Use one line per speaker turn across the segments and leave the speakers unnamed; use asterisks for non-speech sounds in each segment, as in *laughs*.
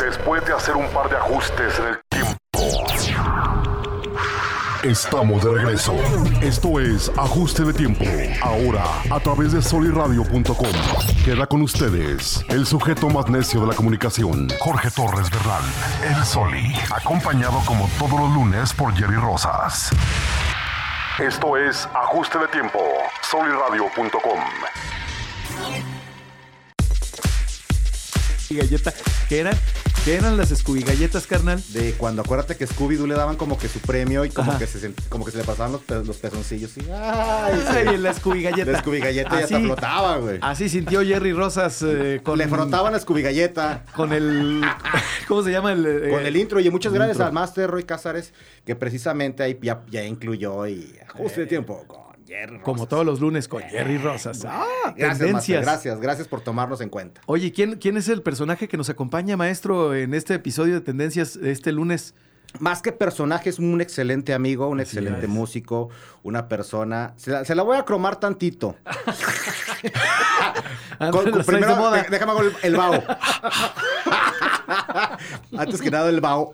Después de hacer un par de ajustes en el tiempo. Estamos de regreso. Esto es Ajuste de Tiempo. Ahora, a través de soliradio.com. Queda con ustedes el sujeto más necio de la comunicación, Jorge Torres Verdal, el Soli, acompañado como todos los lunes por Jerry Rosas. Esto es Ajuste de Tiempo, soliradio.com.
y galleta. ¿Qué eran? ¿Qué eran las Scooby galletas, carnal?
De cuando acuérdate que Scooby-Doo le daban como que su premio y como,
Ajá.
que se, sent- como que se le pasaban los, pe- los pezoncillos. Y, ¡ay!
Ay, en la Scooby
La
galleta.
Scooby Galleta ya
Así-
hasta flotaba, güey.
Así sintió Jerry Rosas eh, con
Le frotaban a Scooby Galleta.
con el *laughs* ¿cómo se llama el eh,
Con el intro, y muchas gracias al máster Roy Cázares, que precisamente ahí ya, ya incluyó y ajuste de tiempo con Jerry Rosas.
Eh. como todos los lunes con Jerry Rosas. Ah,
Gracias,
tendencias.
máster, gracias, gracias por tomarnos en cuenta.
Oye, ¿quién, ¿quién es el personaje que nos acompaña, maestro, en este episodio de Tendencias este lunes?
Más que personaje, es un excelente amigo, un excelente
es.
músico, una persona. Se la, se la voy a cromar tantito. Con-
Antes
con-
los traes
primero,
de moda.
de- déjame hago el,
*laughs*
el vaho. Antes que nada, el vaho.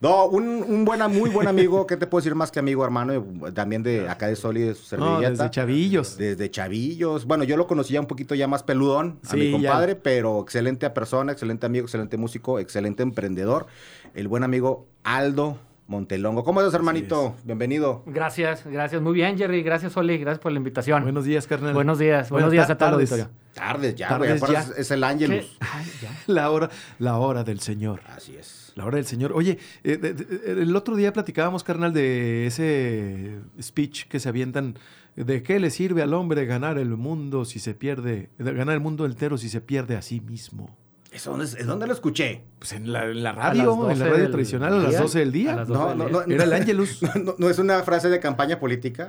No, un, un buen, muy buen amigo, ¿qué te puedo decir más que amigo, hermano? eh, También de acá de Sol y de su
No,
servilleta.
desde chavillos.
Desde chavillos. Bueno, yo lo conocía un poquito ya más peludón a
Sí,
mi
ya.
compadre, pero excelente persona, excelente amigo, excelente músico, excelente emprendedor. El buen amigo Aldo Montelongo. ¿Cómo estás, hermanito? Bienvenido.
Gracias, gracias. Muy bien, Jerry. Gracias, Oli. Gracias por la invitación.
Buenos días, carnal.
Buenos días,
Bueno,
buenos días
ta-
a todo el
tardes.
auditorio.
Tardes ya,
Tardes
güey. Aparte
ya.
Es, es el Ángelus.
¿Qué? Ay, ya.
La hora, la hora del Señor.
Así es.
La hora del señor. Oye, eh, de- de- el otro día platicábamos, carnal, de ese speech que se avientan. ¿De qué le sirve al hombre ganar el mundo si se pierde, de ganar el mundo entero si se pierde a sí mismo?
¿Es donde, es donde lo escuché?
Pues en la, en la
A las
radio, en
12
la radio
del
tradicional a las
día.
12 del día.
A las 12
No,
del
no,
día.
no.
Era el Ángelus.
No, *laughs* no, no es una frase de
*laughs*
campaña política.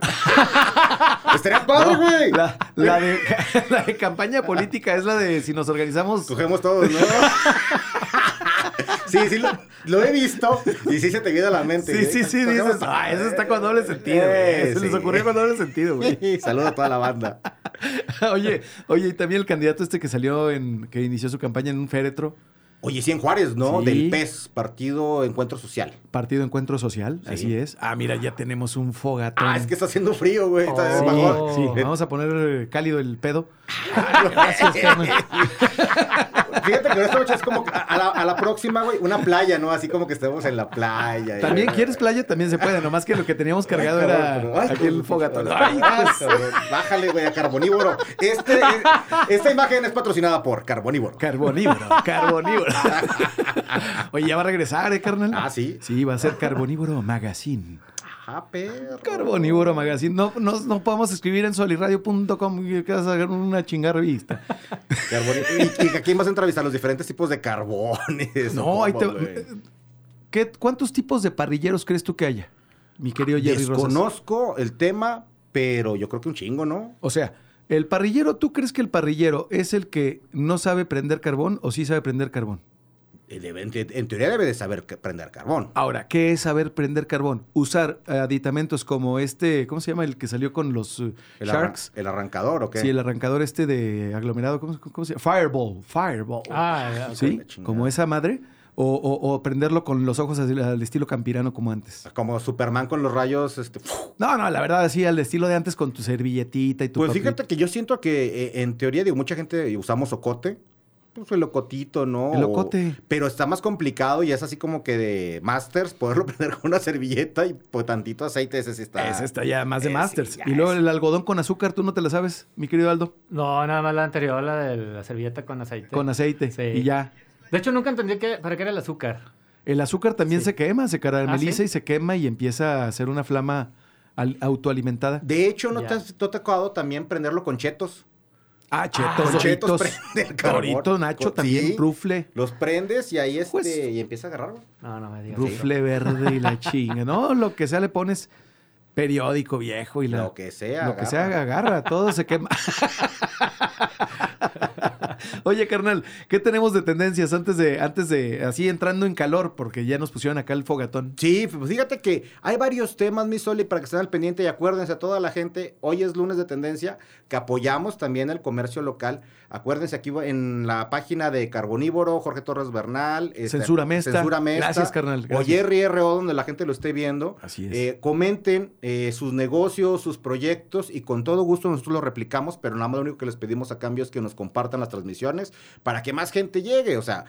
Estaría padre, güey.
La, la de, *laughs* la de campaña política es la de si nos organizamos.
Cogemos todos, ¿no? *laughs* sí, sí, lo, lo he visto y sí se te viene a la mente.
Sí,
güey.
sí, sí,
Cogemos
dices,
todos.
ah, eso está con doble sentido, güey.
Eh,
Se les
sí. *laughs*
ocurrió con doble sentido, güey.
Saludo a toda la banda.
Oye, oye, y también el candidato este que salió en, que inició su campaña en un féretro.
Oye, sí, en Juárez, ¿no?
Sí.
Del PES, Partido Encuentro Social.
Partido Encuentro Social,
Sí.
así es. Ah, mira, ya tenemos un fogatón.
Ah, es que está haciendo frío, güey. Está-
Sí,
mejor.
sí, vamos a poner eh, cálido el pedo.
Fíjate que esta noche es como que a a la, a la próxima, güey, una playa, ¿no? Así como que estemos en la playa.
También
güey.
quieres playa, también se puede, nomás que lo que teníamos cargado
Eh. Ay, cabrón,
era
pero- ay,
aquel
cabrón,
fogatón.
ay,
Ay, pues,
cabrón, Bájale, güey, a Carbonívoro. Este, esta imagen es patrocinada por Carbonívoro.
Carbonívoro, carbonívoro. *laughs* Oye, ya va a regresar, ¿eh, carnal?
Ah, ¿sí?
Sí, va a ser Carbonívoro Magazine.
Ah, perro.
Carbonívoro Magazine. No, no, no podemos escribir en soliradio.com que vas a sacar una chingada
*laughs*
revista.
Carboni- ¿Y, y a quién vas a entrevistar? Los diferentes tipos de carbones.
No, ahí te...
¿Cómo, güey?
¿Qué- ¿Cuántos tipos de parrilleros crees tú que haya, mi querido Jerry Rosas?
Desconozco el tema, pero yo creo que un chingo, ¿no?
O sea, el parrillero, ¿tú crees que el parrillero es el que no sabe prender carbón o sí sabe prender carbón?
Eh, debe- en, te- en teoría debe de saber que- prender carbón.
Ahora, ¿qué es saber prender carbón? Usar eh, aditamentos como este, ¿cómo se llama? El que salió con los eh,
El, arran-
Sharks.
el arrancador, ¿o qué?
Sí, el arrancador este de aglomerado, ¿cómo, cómo se llama? Fireball, fireball.
Ah, ok.
sí,
la chingada.
como esa madre. O, o- o prenderlo con los ojos así, al estilo campirano como antes.
Como Superman con los rayos, este... ¡fuf!
No, no, la verdad, sí, al estilo de antes con tu servilletita y tu
Pues
papel.
fíjate que yo siento que eh, en teoría, digo, mucha gente eh, usamos ocote. Pues el locotito, ¿no?
El
O-
ocote.
pero está más complicado y es así como que de masters, poderlo *laughs* prender con una servilleta y pues tantito aceite, ese sí está.
Ese está ya más de
Ese
Masters.
ya
Y luego
es.
el algodón con azúcar, ¿tú no te la sabes, mi querido Aldo?
No, nada más la anterior, la de la servilleta con aceite.
Con aceite.
Sí.
Y ya.
De hecho, nunca entendí que, para qué era el azúcar.
El azúcar también
Sí.
se quema, se carameliza
¿Ah, sí?
y se quema y empieza a hacer una flama al- autoalimentada.
De hecho, ¿no
Ya.
te, has, no te ha tocado también prenderlo con chetos?
Ah,
Con
chetos,
chetos
doritos,
prende el carbón.
*laughs* dorito, nacho,
Con-
también
sí.
rufle.
Los prendes y ahí este,
Pues-
y empieza a agarrarlo.
No, no me digas.
Rufle verde y
*laughs*
la chinga. No, lo que sea le pones periódico viejo y la...
Lo que sea,
Lo que sea, agarra, todo se quema. *laughs* Oye, carnal, ¿qué tenemos de tendencias antes de, antes de, así entrando en calor, porque ya nos pusieron acá el fogatón?
Sí, pues fíjate que hay varios temas, mi Soli, para que estén al pendiente y acuérdense a toda la gente, hoy es lunes de tendencia, que apoyamos también el comercio local. Acuérdense aquí en la página de Carbonívoro, Jorge Torres Bernal. este,
Censura Mesta.
Censura Mesta.
Gracias, carnal,
O
gracias.
Jerry RO, donde la gente lo esté viendo.
Así es.
Eh, comenten eh, sus negocios, sus proyectos y con todo gusto nosotros lo replicamos, pero nada más lo único que les pedimos a cambio es que nos compartan las transmisiones para que más gente llegue. O sea,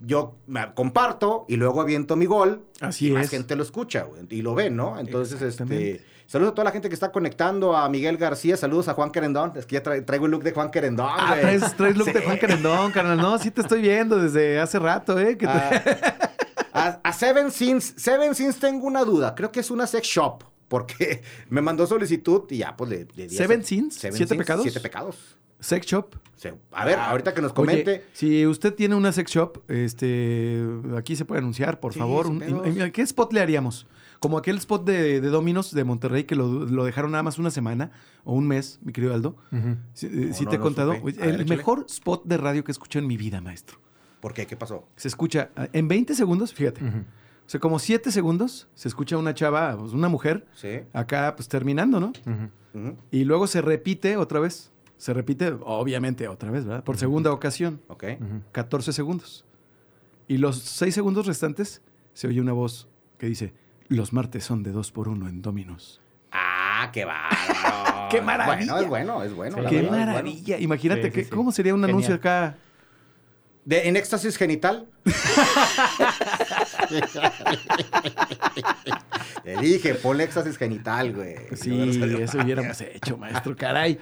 yo me comparto y luego aviento mi gol
Así
y más
es.
gente lo escucha güey, y lo ve, ¿no? Entonces,
Exactamente.
este, saludos a toda la gente que está conectando, a Miguel García, saludos a Juan Querendón, es que ya tra- traigo el look de Juan Querendón,
Ah,
güey.
traes, traes look
Sí.
de Juan Carendón, carnal. No, sí te estoy viendo desde hace rato, ¿eh? Que te-
Ah. A, Ah, a- a Seven Sins, Seven Sins tengo una duda, creo que es una sex shop, porque *laughs* me mandó solicitud y ya, pues le, le di a-
Seven Sins, ¿Siete pecados?
Siete pecados.
Sex shop.
Se- a ver, ahorita que nos
Oye,
comente.
si usted tiene una sex shop, este, aquí se puede anunciar, por
Sí,
favor.
sin
Un-
pedos.
en- en- ¿Qué spot le haríamos? Como aquel spot de, de Dominos de Monterrey que lo, lo dejaron nada más una semana o un mes, mi querido Aldo. Si, eh, si
Oh, no,
te he
no
contado, pues,
supe. A
el
ver, échale.
mejor spot de radio que he escuchado en mi vida, maestro.
¿Por qué? ¿Qué pasó?
Se escucha eh, en 20 segundos, fíjate. O sea, como 7 segundos se escucha una chava, pues, una mujer,
Sí.
acá pues terminando, ¿no?
ujú,
Y luego se repite otra vez. Se repite, obviamente, otra vez, ¿verdad? Por segunda ocasión.
Ok.
14 segundos. Y los 6 segundos restantes se oye una voz que dice, los martes son de 2 por 1 en Dominos.
Ah, qué bárbaro.
*laughs* Qué maravilla.
Bueno, es bueno, es bueno.
Sí,
la
¡Qué
verdad, es bueno.
maravilla! Imagínate,
Sí, sí,
que-
sí.
¿cómo sería un
Genial.
anuncio acá?
De, en
*laughs*
éxtasis genital. Le dije, ponle éxtasis genital, güey. No, no
Sí,
salió.
eso hubiéramos hecho, maestro, caray.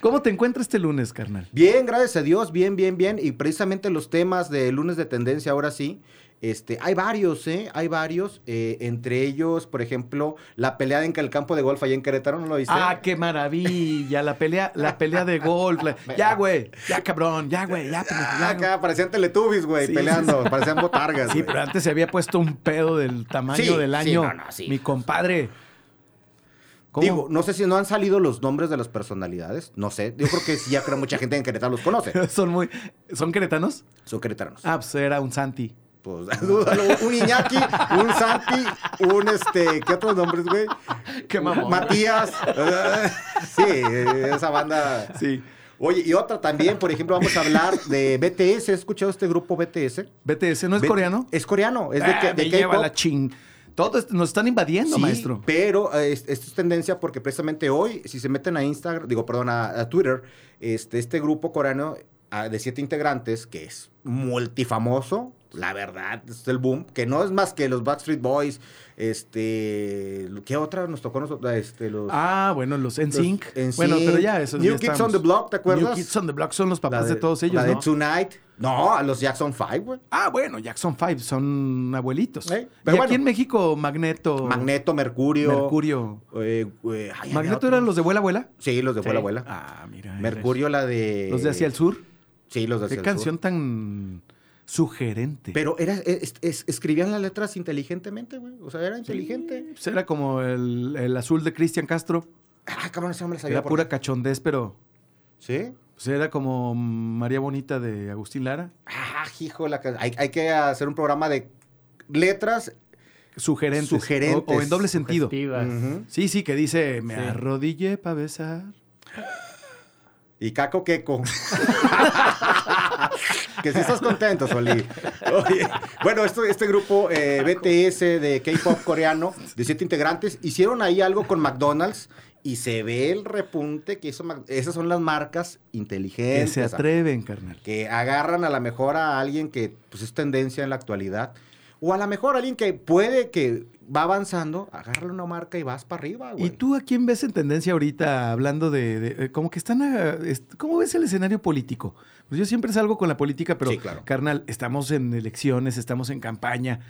¿Cómo te encuentras este lunes, carnal?
Bien, gracias a Dios, bien, bien, bien. Y precisamente los temas de lunes de tendencia, ahora sí. Este, hay varios, ¿eh? Hay varios. eh, entre ellos, por ejemplo, la pelea en el campo de golf allá en Querétaro, ¿no lo viste?
Ah, qué maravilla, la pelea, la pelea de golf. la- Ya, güey, ya, cabrón, ya, güey, ya, pendejo,
Ah,
ya, güey.
acá parecían teletubbies, güey,
Sí,
peleando. Parecían botargas,
Sí,
güey.
pero antes se había puesto un pedo del tamaño
Sí,
del
sí,
año.
no, no, sí.
Mi compadre. ¿Cómo?
Digo, no sé si no han salido los nombres de las personalidades. No sé. Yo creo que sí, ya creo mucha gente en Querétaro los
*laughs*
conoce.
son muy. ¿Son queretanos?
Son queretanos.
Ah, pues era un Santi.
Pues, *laughs* dúdalo. Un Iñaki, un Santi, un este. ¿Qué otros nombres, güey?
Qué mamón. *laughs*
Matías. *laughs* sí, esa banda.
Sí.
Oye, y otra también, por ejemplo, vamos a hablar de BTS. ¿He escuchado este grupo BTS?
BTS, ¿no es
B-
coreano?
Es coreano. Es de,
Ah,
K- de
me lleva
K-pop.
la ching. Todos est- nos están invadiendo,
Sí,
maestro.
Pero eh, es- esto es tendencia porque precisamente hoy, si se meten a Instagram, digo, perdón, a, a Twitter, este, este grupo coreano ah, de siete integrantes, que es multifamoso, la verdad, es el boom, que no es más que los Backstreet Boys, este, ¿qué otra nos tocó a nosotros? Este, los...
Ah, bueno, los NSYNC.
NSYNC.
Bueno, pero ya, eso
New Kids on the Block, ¿te acuerdas?
New Kids on the Block son los papás de, todos ellos,
La de
¿no?
Tonight. No, a los Jackson Five, güey.
Ah, bueno, Jackson Five son abuelitos.
Eh,
y
pero
aquí
bueno.
en México, Magneto.
Magneto, Mercurio.
Oh. Mercurio.
eh, eh, ay, había
¿Magneto
otro.
eran los de abuela abuela?
Sí, los de
Sí.
Vuela Vuela.
Ah, mira.
Mercurio, la de...
Los de Hacia el Sur.
Sí, los de
Qué
Hacia el Sur.
canción tan sugerente.
Pero era, e, es- es- escribían las letras inteligentemente, güey. O sea, era inteligente.
Pues era como el, el azul de Cristian Castro.
Ah, cabrón, esa no me la sabía.
Era
por-
pura cachondez, pero
¿Sí?
pues, era como María Bonita de Agustín Lara.
Ah, hijo, de la ca- hay, hay que hacer un programa de letras.
Sugerentes.
Sugerentes.
O, o en doble sentido.
Festivas.
Ujú.
Sí, sí, que dice, me
Sí.
arrodillé para besar.
Y caco queco. *laughs* que si estás contento, Solí. Oye, bueno, esto, este grupo eh, BTS de K-pop coreano, de siete integrantes, hicieron ahí algo con McDonald's y se ve el repunte que hizo Mc- Esas son las marcas
Que
inteligentes.
se atreven, carnal.
que agarran a la mejor a alguien que pues, es tendencia en la actualidad, o a la mejor alguien que puede que va avanzando, agarra una marca y vas para arriba, güey.
¿Y tú a quién ves en tendencia ahorita hablando de, de- eh, como que están a- est- cómo ves el escenario político? Pues yo siempre salgo con la política, pero
Sí, claro.
carnal, estamos en elecciones, estamos en campaña.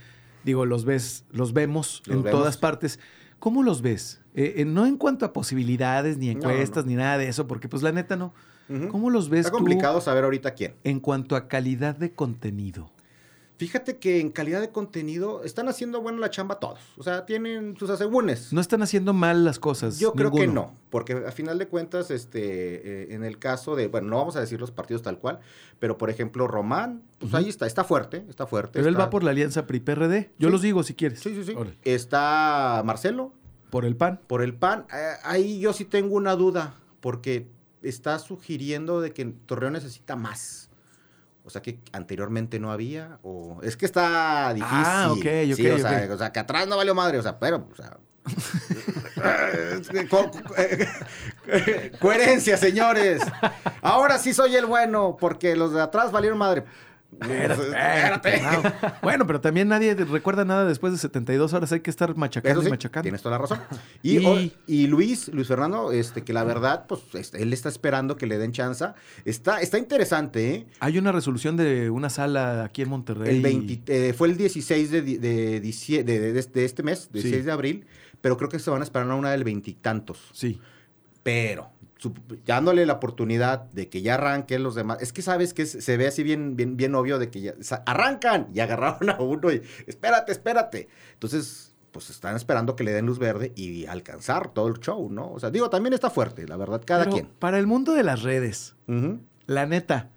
Digo, los ves, los vemos
Los
en
vemos.
todas partes. ¿Cómo los ves? Eh, eh, no en cuanto a posibilidades, ni
No, no,
encuestas, ni nada de eso, porque pues la neta no.
Ujú.
¿Cómo los ves
Está complicado saber ahorita quién.
tú en cuanto a calidad de contenido?
Fíjate que en calidad de contenido están haciendo buena la chamba todos. O sea, tienen sus asegúnes.
No están haciendo mal las cosas.
Yo creo que
ninguno.
no, porque a final de cuentas, este, eh, en el caso de, bueno, no vamos a decir los partidos tal cual, pero por ejemplo, Román, pues ahí está, está fuerte, está fuerte.
Pero él
está-
va por la alianza PRI-PRD. Yo
Sí.
los digo si quieres.
Sí, sí, sí.
Órale.
Está Marcelo,
Por el PAN.
por el PAN. Eh, ahí yo sí tengo una duda, porque está sugiriendo de que Torreón necesita más. O sea, que anteriormente no había, o... Es que está difícil.
Ah, ok, ok,
Sí, o, Sea,
ok.
o sea, que atrás no valió madre, o sea, pero, o
*laughs*
sea... es que co- co- eh, *laughs* Coherencia, señores. Ahora sí soy el bueno, porque los de atrás valieron madre. *laughs* Espérate.
Ah, bueno, pero también nadie te recuerda nada después de 72 horas. Hay que estar machacando y
Eso sí,
machacando.
tienes toda
*laughs*
la razón. Y,
Y-
o- y Luis, Luis Fernando, este, que la verdad, pues, este, él está esperando que le den chance. Está, está interesante, ¿eh?
Hay una resolución de una sala aquí en Monterrey.
El 20, eh, fue el 16 de, di- de, dicie- de, de- de este mes, 16
Sí.
de abril, pero creo que se van a esperar a una del veintitantos.
Sí.
Pero, su- dándole la oportunidad de que ya arranquen los demás. Es que sabes que se se ve así bien, bien, bien obvio de que ya sa- arrancan y agarraron a uno y espérate, espérate. Entonces, pues están esperando que le den luz verde y alcanzar todo el show, ¿no? O sea, digo, también está fuerte, la verdad, cada
Pero
quien.
Para el mundo de las redes,
Ujú.
la neta,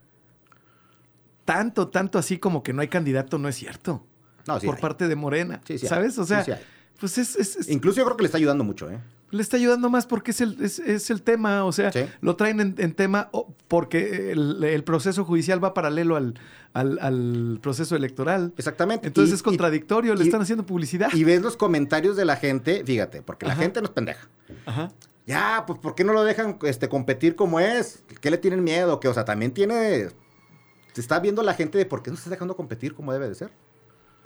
tanto, tanto así como que no hay candidato, no es cierto.
No, sí
por
hay.
parte de Morena.
Sí, sí hay.
¿Sabes? O
Sí,
sea,
sí hay.
pues es, es- es-
Incluso yo creo que le está ayudando mucho, ¿eh?
le está ayudando más porque es el, es, es el tema. O sea,
Sí.
lo traen en, en tema o- porque el, el proceso judicial va paralelo al, al, al proceso electoral.
Exactamente.
Entonces
Y-
es
y-
contradictorio, le
y-
están haciendo publicidad.
Y ves los comentarios de la gente, fíjate, porque la
Ajá.
gente nos pendeja.
Ajá.
Ya, pues, ¿por qué no lo dejan este, competir como es? ¿Qué le tienen miedo? Que, o sea, también tiene. Se está viendo la gente de por qué no se está dejando competir como debe de ser.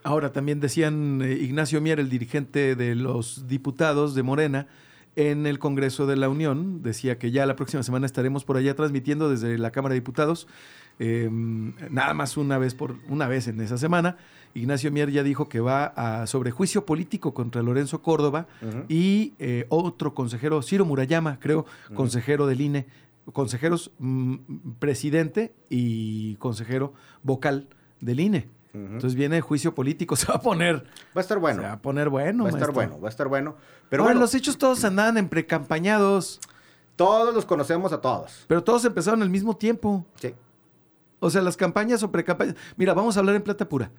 Ahora también decían eh, Ignacio Mier, el dirigente de los diputados de Morena, en el Congreso de la Unión, decía que ya la próxima semana estaremos por allá transmitiendo desde la Cámara de Diputados, eh, nada más una vez por una vez en esa semana. Ignacio Mier ya dijo que va a sobre juicio político contra Lorenzo Córdoba y eh, otro consejero, Ciro Murayama, creo,
Ujú.
consejero del INE, consejeros mm, presidente y consejero vocal del INE.
Ujú.
Entonces viene juicio político, *laughs* se va a poner,
va a estar bueno.
se va a poner bueno.
va a estar
maestro.
bueno, va a estar bueno. Pero
Ahora,
bueno,
los hechos todos andaban en precampañados,
todos los conocemos a todos.
pero todos empezaron al mismo tiempo.
Sí.
O sea, las campañas o precampañas. Mira, vamos a hablar en plata pura.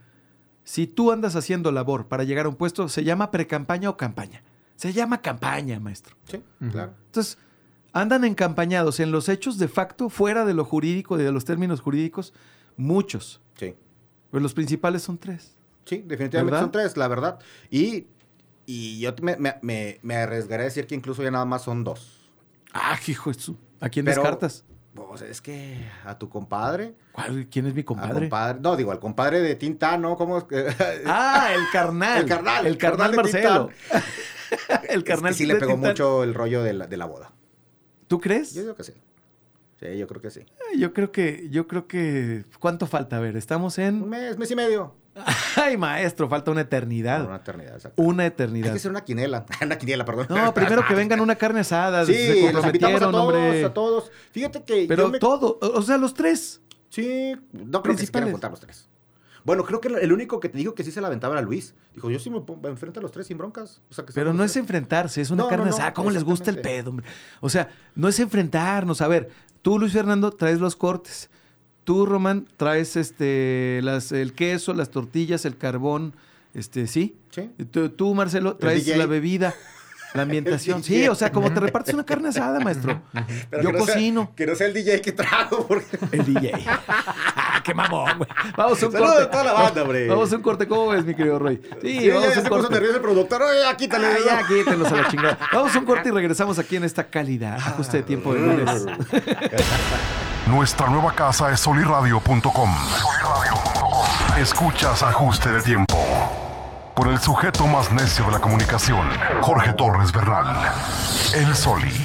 Si tú andas haciendo labor para llegar a un puesto, se llama precampaña o campaña. Se llama campaña, maestro.
Sí,
Ujú.
claro.
Entonces, andan encampañados en los hechos de facto, fuera de lo jurídico y de los términos jurídicos, muchos.
Sí.
Pero los principales son tres.
Sí, definitivamente
¿Verdad?
son tres, la verdad. Y, y yo te- me, me- me- me arriesgaré a decir que incluso ya nada más son dos.
Ah, hijo, de su- ¿a quién
Pero-
descartas?
O sea, es que a tu compadre,
¿Cuál- ¿Quién es mi
a
compadre?
compadre- no, digo, al compadre de Tintano, ¿cómo es que? *laughs*
Ah, el carnal.
El carnal,
El carnal,
carnal de
Marcelo.
*laughs*
el
Es
carnal.
que sí
de
le pegó
Tintán.
mucho el rollo de la, de la boda.
¿Tú crees?
Yo
Yo,
digo que sí. Sí, yo creo que sí.
yo creo que, yo creo que. ¿Cuánto falta? A ver, estamos
Un *laughs*
en.
mes, mes y medio.
Ay, maestro, falta una
Una
eternidad.
eternidad, exacto.
Una
Hay
eternidad.
que hacer una quiniela. *laughs* una quiniela, perdón.
No, primero
*laughs*
que vengan una carne asada.
Sí,
se
los invitamos a
comprometieron,
todos,
hombre.
a todos. Fíjate que yo
Pero
me-
todo, o o sea, los tres.
Sí, no creo que se quieran
Principales.
juntar los tres. Bueno, creo que el único que te digo que sí se la aventaba era Luis. Dijo, yo sí me pongo- me enfrento a los tres sin broncas. O sea, que
Pero
sean
no
los
es enfrentarse, es una
No, no,
carne
no,
asada. ¿Cómo les gusta el
exactamente.
pedo, hombre? O sea, no es enfrentarnos. A ver, tú, Luis Fernando, traes los cortes. Tú, Román, traes este, las, el queso, las tortillas, el carbón, este, ¿sí?
tres. Sí.
Y Tú, tú, Marcelo, traes
DJ.
la bebida, la
*laughs*
ambientación. Sí, o sea, como te repartes una carne asada, maestro.
Pero
Yo
que no sea- *laughs*
cocino.
que no sea el DJ que trago. *laughs* Porque...
El DJ. Ah, *laughs* ¡Qué mamón, güey! Vamos a un
Saludos
corte.
a toda la banda, hombre.
Vamos a un corte. ¿Cómo ves, mi querido Roy? Sí,
Sí,
vamos a
ya
un
se puso
corte.
nervioso el productor. Oye, ya quítale.
Ah, ya, quítenlos a la chingada. Vamos a un corte y regresamos aquí en esta cálida
Ah,
ajuste de tiempo de lunes.
Nuestra nueva casa es soliradio.com. Escuchas ajuste de tiempo. Con el sujeto más necio de la comunicación, Jorge Torres Bernal. El Soli.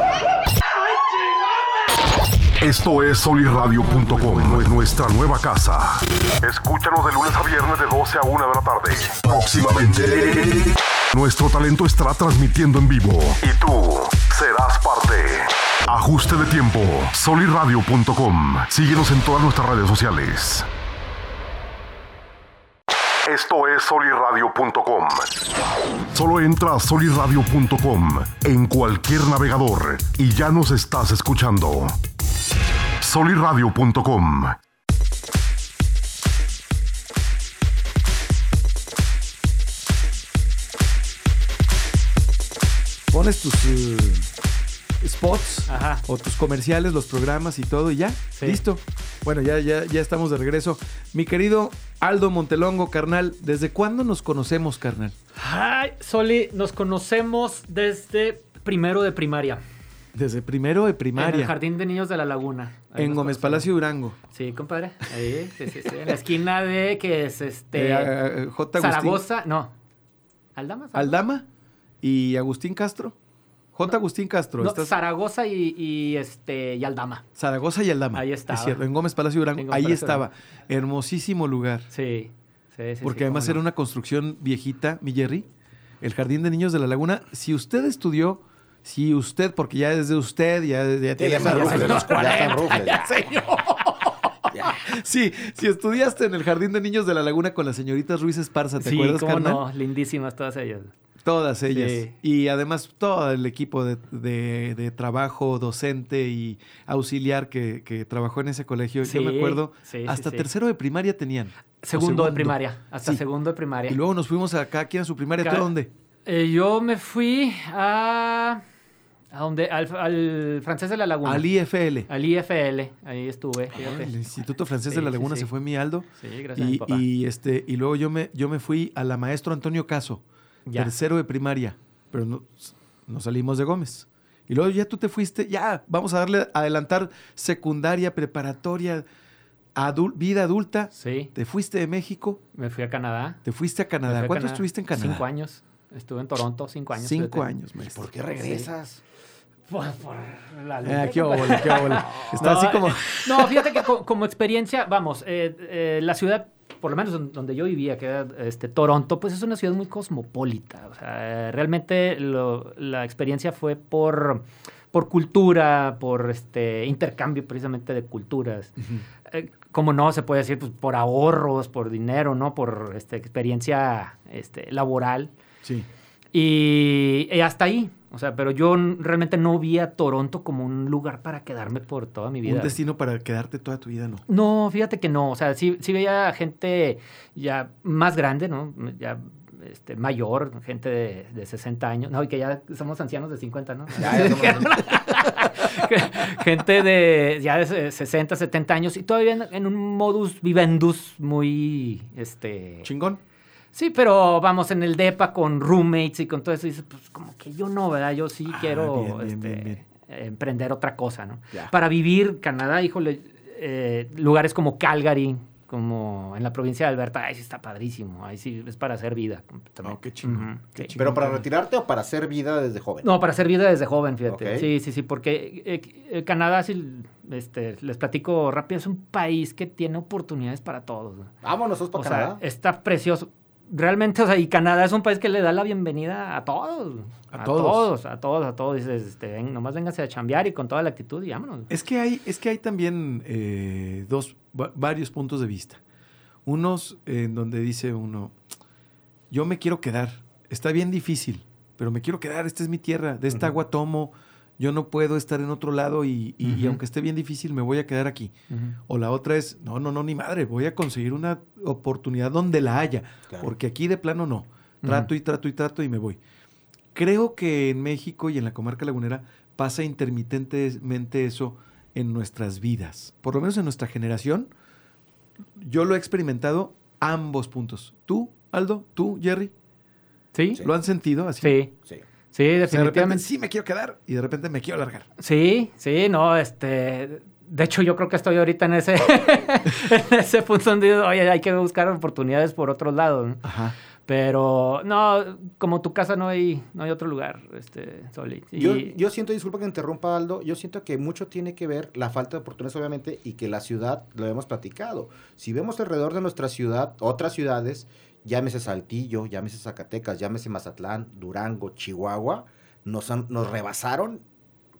Esto es solirradio.com, nuestra nueva casa. Escúchanos de lunes a viernes de 12 a 1 de la tarde. Próximamente. Nuestro talento estará transmitiendo en vivo y tú serás parte. Ajuste de tiempo, solirradio.com. Síguenos en todas nuestras redes sociales. Esto es solirradio.com. Solo entra a solirradio.com en cualquier navegador y ya nos estás escuchando. solirradio.com.
Pones tus eh, spots
Ajá.
o tus comerciales, los programas y todo, y ya,
Sí.
listo. Bueno, ya, ya, ya estamos de regreso. Mi querido Aldo Montelongo, carnal, ¿desde cuándo nos conocemos, carnal?
Ay, Soli, nos conocemos desde primero de primaria.
Desde primero de
En el
primaria,
Jardín de Niños de la Laguna. Ahí
en
nos
Gómez
conocimos.
Palacio Durango.
Sí, compadre. Ahí, sí, sí, sí. En la esquina de que es este.
Eh, a- a- J. Agustín-
Zaragoza. No. ¿Aldama?
Aldama y Agustín Castro. J. Agustín Castro.
No,
estás-
Zaragoza y, y, este y Aldama.
Zaragoza y Aldama.
Ahí
está.
estaba.
Es cierto, en Gómez Palacio Durango.
En Gómez
Ahí
Palacio
estaba. Hermosísimo lugar.
Sí. sí, sí
Porque
sí,
además
cómo
era
no.
una construcción viejita, mi Jerry. El Jardín de Niños de la Laguna. Si usted estudió, si usted, porque ya es de usted, ya, ya tiene
están
más-
rufles,
los
ya
40,
están
*laughs*
rufles,
ya,
*laughs*
señor. Sí, si estudiaste en el Jardín de Niños de la Laguna con las señoritas Ruiz Esparza, ¿te
sí,
acuerdas,
cómo
carnal?
no, lindísimas todas ellas.
Todas ellas.
Sí.
Y además todo el equipo de, de- de trabajo, docente y auxiliar que, que trabajó en ese colegio. Yo me
Sí,
acuerdo,
sí, sí,
hasta
sí.
tercero de primaria tenían. O
Segundo, de primaria, hasta
Sí.
segundo de primaria.
Y luego nos fuimos acá, aquí en su primaria. ¿Tú
Ca-
a dónde?
Eh, yo me fui a a donde al, al francés de la Laguna.
Al IFL.
Al IFL, ahí estuve, fíjate.
El Instituto Francés de
Sí,
la
sí,
Laguna
sí.
se fue mi Aldo.
Sí, gracias a mi
Y,
papá.
y, este, y luego yo me, yo me fui a la maestro Antonio Caso,
Ya.
tercero de primaria, pero no, no salimos de Gómez. Y luego ya tú te fuiste, ya, vamos a darle, adelantar secundaria, preparatoria, adul- vida adulta.
Sí,
Te fuiste de México,
me fui a Canadá.
te fuiste a
Me
Canadá.
fui a
¿Cuánto
Canadá.
estuviste en Canadá?
Cinco años. Estuve en Toronto, cinco años.
Cinco
fíjate.
años, maestro.
¿Por qué regresas?
Por, por la
Ah,
lucha,
qué
compadre.
óvole, qué
*laughs*
óvole. Está
No,
así como...
eh, no, fíjate que co- como, experiencia, vamos, eh, eh, la ciudad, por lo menos don- donde yo vivía, que era este, Toronto, pues es una ciudad muy cosmopolita. O sea, eh, realmente lo- la experiencia fue por, por cultura, por este intercambio precisamente de culturas. Eh, como no, se puede decir pues, por ahorros, por dinero, ¿no? Por este, experiencia este, laboral.
Sí.
Y, y hasta ahí. O sea, pero yo n- realmente no vi a Toronto como un lugar para quedarme por toda mi vida.
Un destino para quedarte toda tu vida, ¿no?
No, fíjate que no. O sea, sí, sí veía gente ya más grande, ¿no? Ya este, mayor, gente de, de 60 años. No, y que ya somos ancianos de 50, ¿no?
Ya, ya somos-
*laughs* gente de ya de se- 60, 70 años y todavía en, en un modus vivendus muy, este...
Chingón.
Sí, pero vamos, en el DEPA con roommates y con todo eso, dices, pues como que yo no, ¿verdad? Yo sí
Ah,
quiero
bien, bien,
este,
bien, bien.
emprender otra cosa, ¿no?
Ya.
Para vivir Canadá, híjole, eh, lugares como Calgary, como en la provincia de Alberta, ahí sí está padrísimo, ahí sí es para hacer vida. completamente.
Oh, qué chingón,
Ujú,
qué
sí.
chingón.
¿Pero para retirarte o para hacer vida desde joven?
No, para hacer vida desde joven, fíjate.
Ok.
Sí, sí, sí, porque eh, eh, Canadá, si este, les platico rápido, es un país que tiene oportunidades para todos. ¿no?
Vámonos, sos
O
para
sea, eh,
Canadá.
está precioso. Realmente, o sea, y Canadá es un país que le da la bienvenida a todos.
A
A,
todos.
todos. a todos, a todos. Dices, este, ven, nomás vénganse a chambear y con toda la actitud y vámonos.
Es que hay, es que hay también eh, dos, va- varios puntos de vista. Unos eh, en donde dice uno, yo me quiero quedar, está bien difícil, pero me quiero quedar, esta es mi tierra, de esta agua tomo, yo no puedo estar en otro lado y, y- y
Ujú.
aunque esté bien difícil, me voy a quedar aquí. O la otra es, no, no, no, ni madre, voy a conseguir una oportunidad donde la haya,
Claro.
porque aquí de plano no. Trato y trato y trato y me voy. Creo que en México y en la comarca lagunera pasa intermitentemente eso en nuestras vidas, por lo menos en nuestra generación. Yo lo he experimentado ambos puntos. Tú, Aldo, tú, Jerry,
¿Sí?
Sí.
sí,
lo han sentido así.
sí,
Sí.
O sea, de repente
definitivamente.
sí me quiero quedar y de repente me quiero largar.
Sí, sí, no, este. de hecho, yo creo que estoy ahorita en ese, *laughs* en ese punto donde digo, oye, hay que buscar oportunidades por otros lados. ¿no?
Ajá.
Pero no, como tu casa no hay, no hay otro lugar, este, Soli. Y-
Yo, yo siento, disculpa que interrumpa Aldo, yo siento que mucho tiene que ver la falta de oportunidades, obviamente, y que la ciudad, lo hemos platicado. Si vemos alrededor de nuestra ciudad, otras ciudades, llámese Saltillo, llámese Zacatecas, llámese Mazatlán, Durango, Chihuahua, nos, han- nos rebasaron.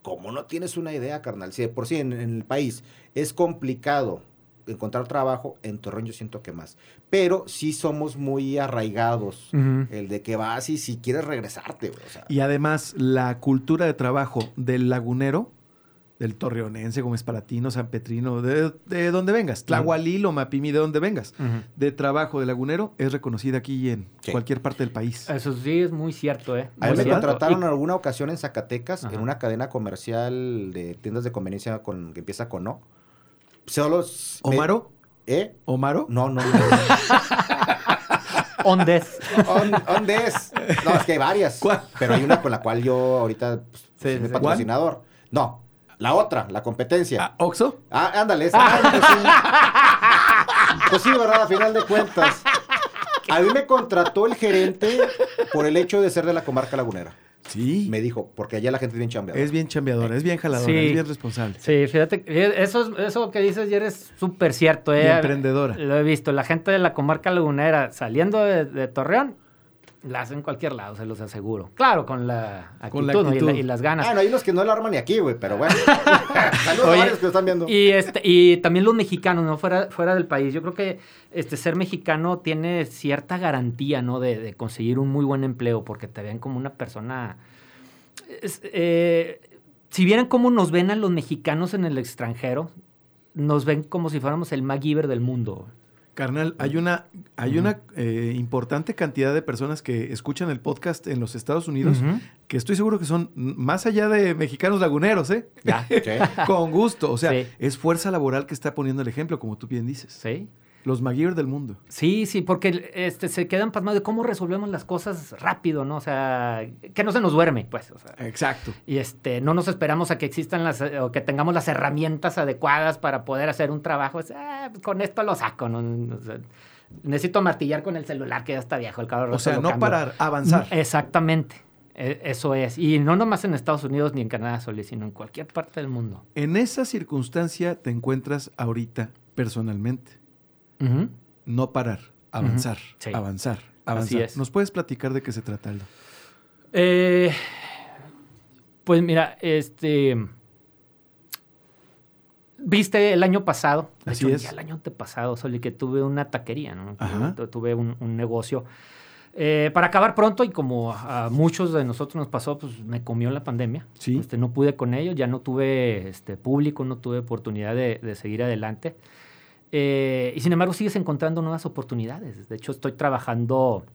Como no tienes una idea, carnal, si de por sí en, en el país es complicado encontrar trabajo, en Torreón yo siento que más. Pero sí somos muy arraigados.
Ujú.
El de que vas y si quieres regresarte, güey, o sea.
Y además, la cultura de trabajo del lagunero, del torreonense, Gómez Palatino, San Petrino, de, de donde vengas, Tlahualilo, Mapimi, de donde vengas,
Ujú.
de trabajo del lagunero es reconocida aquí y en
Sí.
cualquier parte del país.
Eso sí es muy cierto, ¿eh?
A mí
Muy
me
cierto.
contrataron en
Y-
alguna ocasión en Zacatecas,
Ajá.
en una cadena comercial de tiendas de conveniencia con, que empieza con O. Solo. s- me-
¿Omaro?
¿Eh?
¿Omaro?
No, no. no.
*laughs* Ondes.
¿On- ¿Dónde es? No, es que hay varias.
¿Cuál?
Pero hay una con la cual yo ahorita pues, soy mi
sí.
patrocinador. No, la otra, la competencia.
Ah, ¿Oxo?
Ah, ándale, esa. Ay, pues sí. Pues sí, ¿verdad? A final de cuentas. A mí me contrató el gerente por el hecho de ser de la comarca lagunera.
Sí.
Me dijo, porque allá la gente es bien chambeadora.
Es bien chambeadora, es bien jaladora,
Sí.
es bien responsable.
Sí, fíjate, que eh, eso, es- eso que dices ayer es súper cierto,
Y
¿eh?
emprendedora.
Lo he visto, la gente de la comarca lagunera saliendo de, de Torreón, la hacen en cualquier lado, se los aseguro. Claro, con la actitud,
Con la
¿no? Y la-
actitud.
y las ganas.
Ah, no, hay unos que no lo arman ni aquí, güey, pero bueno. Saludos
Oye,
a varios que lo están viendo.
Y, este, y también los mexicanos, ¿no? Fuera, fuera del país. Yo creo que este, ser mexicano tiene cierta garantía, ¿no? De, de conseguir un muy buen empleo, porque te ven como una persona... es- eh, si vieran cómo nos ven a los mexicanos en el extranjero, nos ven como si fuéramos el MacGyver del mundo.
Carnal, hay una, hay una eh, importante cantidad de personas que escuchan el podcast en los Estados Unidos,
Ujú.
que estoy seguro que son mm, más allá de mexicanos laguneros, ¿eh?
Ya.
Sí.
*laughs* Con gusto. O sea,
Sí.
es fuerza laboral que está poniendo el ejemplo, como tú bien dices.
¿Sí?
Los McGear del mundo.
Sí, sí, porque este, se quedan pasmados de cómo resolvemos las cosas rápido, ¿no? O sea, que no se nos duerme, pues. o sea.
Exacto.
y este no nos esperamos a que existan las eh, o que tengamos las herramientas adecuadas para poder hacer un trabajo es, "Ah, pues, con esto lo saco ¿no? O sea, necesito martillar con el celular que ya está viejo el cabrón
O sea,
lo Mm,
no
cambio".
parar, avanzar.
eh. exactamente E- eso es y no nomás en Estados Unidos ni en Canadá Solís, sino en cualquier parte del mundo
En esa circunstancia te encuentras ahorita personalmente.
Ujú.
No parar, avanzar,
Sí.
avanzar, avanzar.
Así es.
¿Nos puedes platicar de qué se trata, Aldo?
Eh, pues mira, este. Viste el año pasado, de
Así
hecho,
es.
ya el año antepasado, Soli, que tuve una taquería, ¿no?
Ajá.
Tu- Tuve un, un negocio. Eh, para acabar pronto, y como a a muchos de nosotros nos pasó, pues me comió la pandemia.
Sí.
Este, no pude con ello, ya no tuve este, público, no tuve oportunidad de, de seguir adelante. Eh, y sin embargo, sigues encontrando nuevas oportunidades. De hecho, estoy trabajando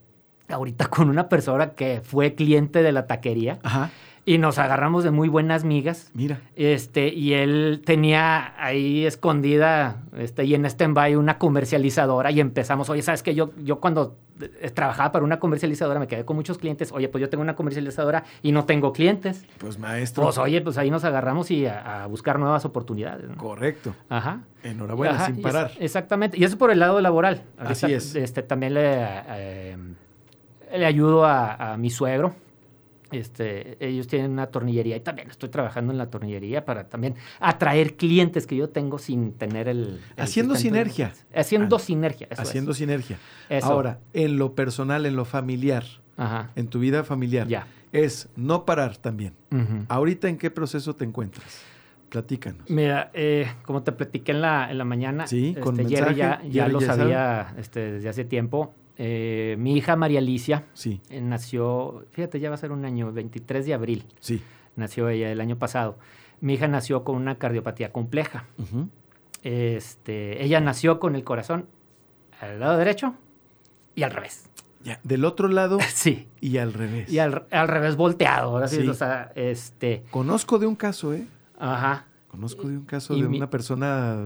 ahorita con una persona que fue cliente de la taquería
Ajá.
y nos agarramos de muy buenas migas.
Mira.
Este, y él tenía ahí escondida este, y en stand-by una comercializadora y empezamos, oye, ¿sabes qué? Yo, yo cuando eh, trabajaba para una comercializadora me quedé con muchos clientes, oye, pues yo tengo una comercializadora y no tengo clientes.
Pues maestro.
Pues oye, pues ahí nos agarramos y a, a buscar nuevas oportunidades. ¿no?
Correcto.
Ajá.
Enhorabuena,
Ajá,
Ah, sin
y es-
parar.
exactamente. Y eso por el lado laboral.
Así es.
Este, también le, eh, le ayudo a, a mi suegro. Este, ellos tienen una tornillería y también estoy trabajando en la tornillería para también atraer clientes que yo tengo sin tener el... el
Haciendo
sustento de la
sinergia.
empresa. Haciendo
Ah,
sinergia. eso es.
Haciendo sinergia.
Eso.
Ahora, en lo personal, en lo familiar,
Ajá.
en tu vida familiar,
Ya.
es no parar también.
Ujú.
Ahorita, ¿en qué proceso te encuentras? Platícanos.
Mira, eh, como te platiqué en la, en la mañana,
Sí, con
este,
mensaje,
Jerry ya, ya
Jerry
lo
ya
sabía este, desde hace tiempo. Eh, mi hija María Alicia
Sí,
eh, nació, fíjate, ya va a ser un año, 23 de abril
sí.
nació ella el año pasado. Mi hija nació con una cardiopatía compleja.
Ujú.
Este, ella nació con el corazón al lado derecho y al revés.
Ya, Del otro
*laughs*
lado
Sí.
y al revés.
Y al, al revés volteado. Ahora sí,
Sí.
o sea, este,
Conozco de un caso, ¿eh?
ajá.
Conozco de un caso
Y
de
mi-
una persona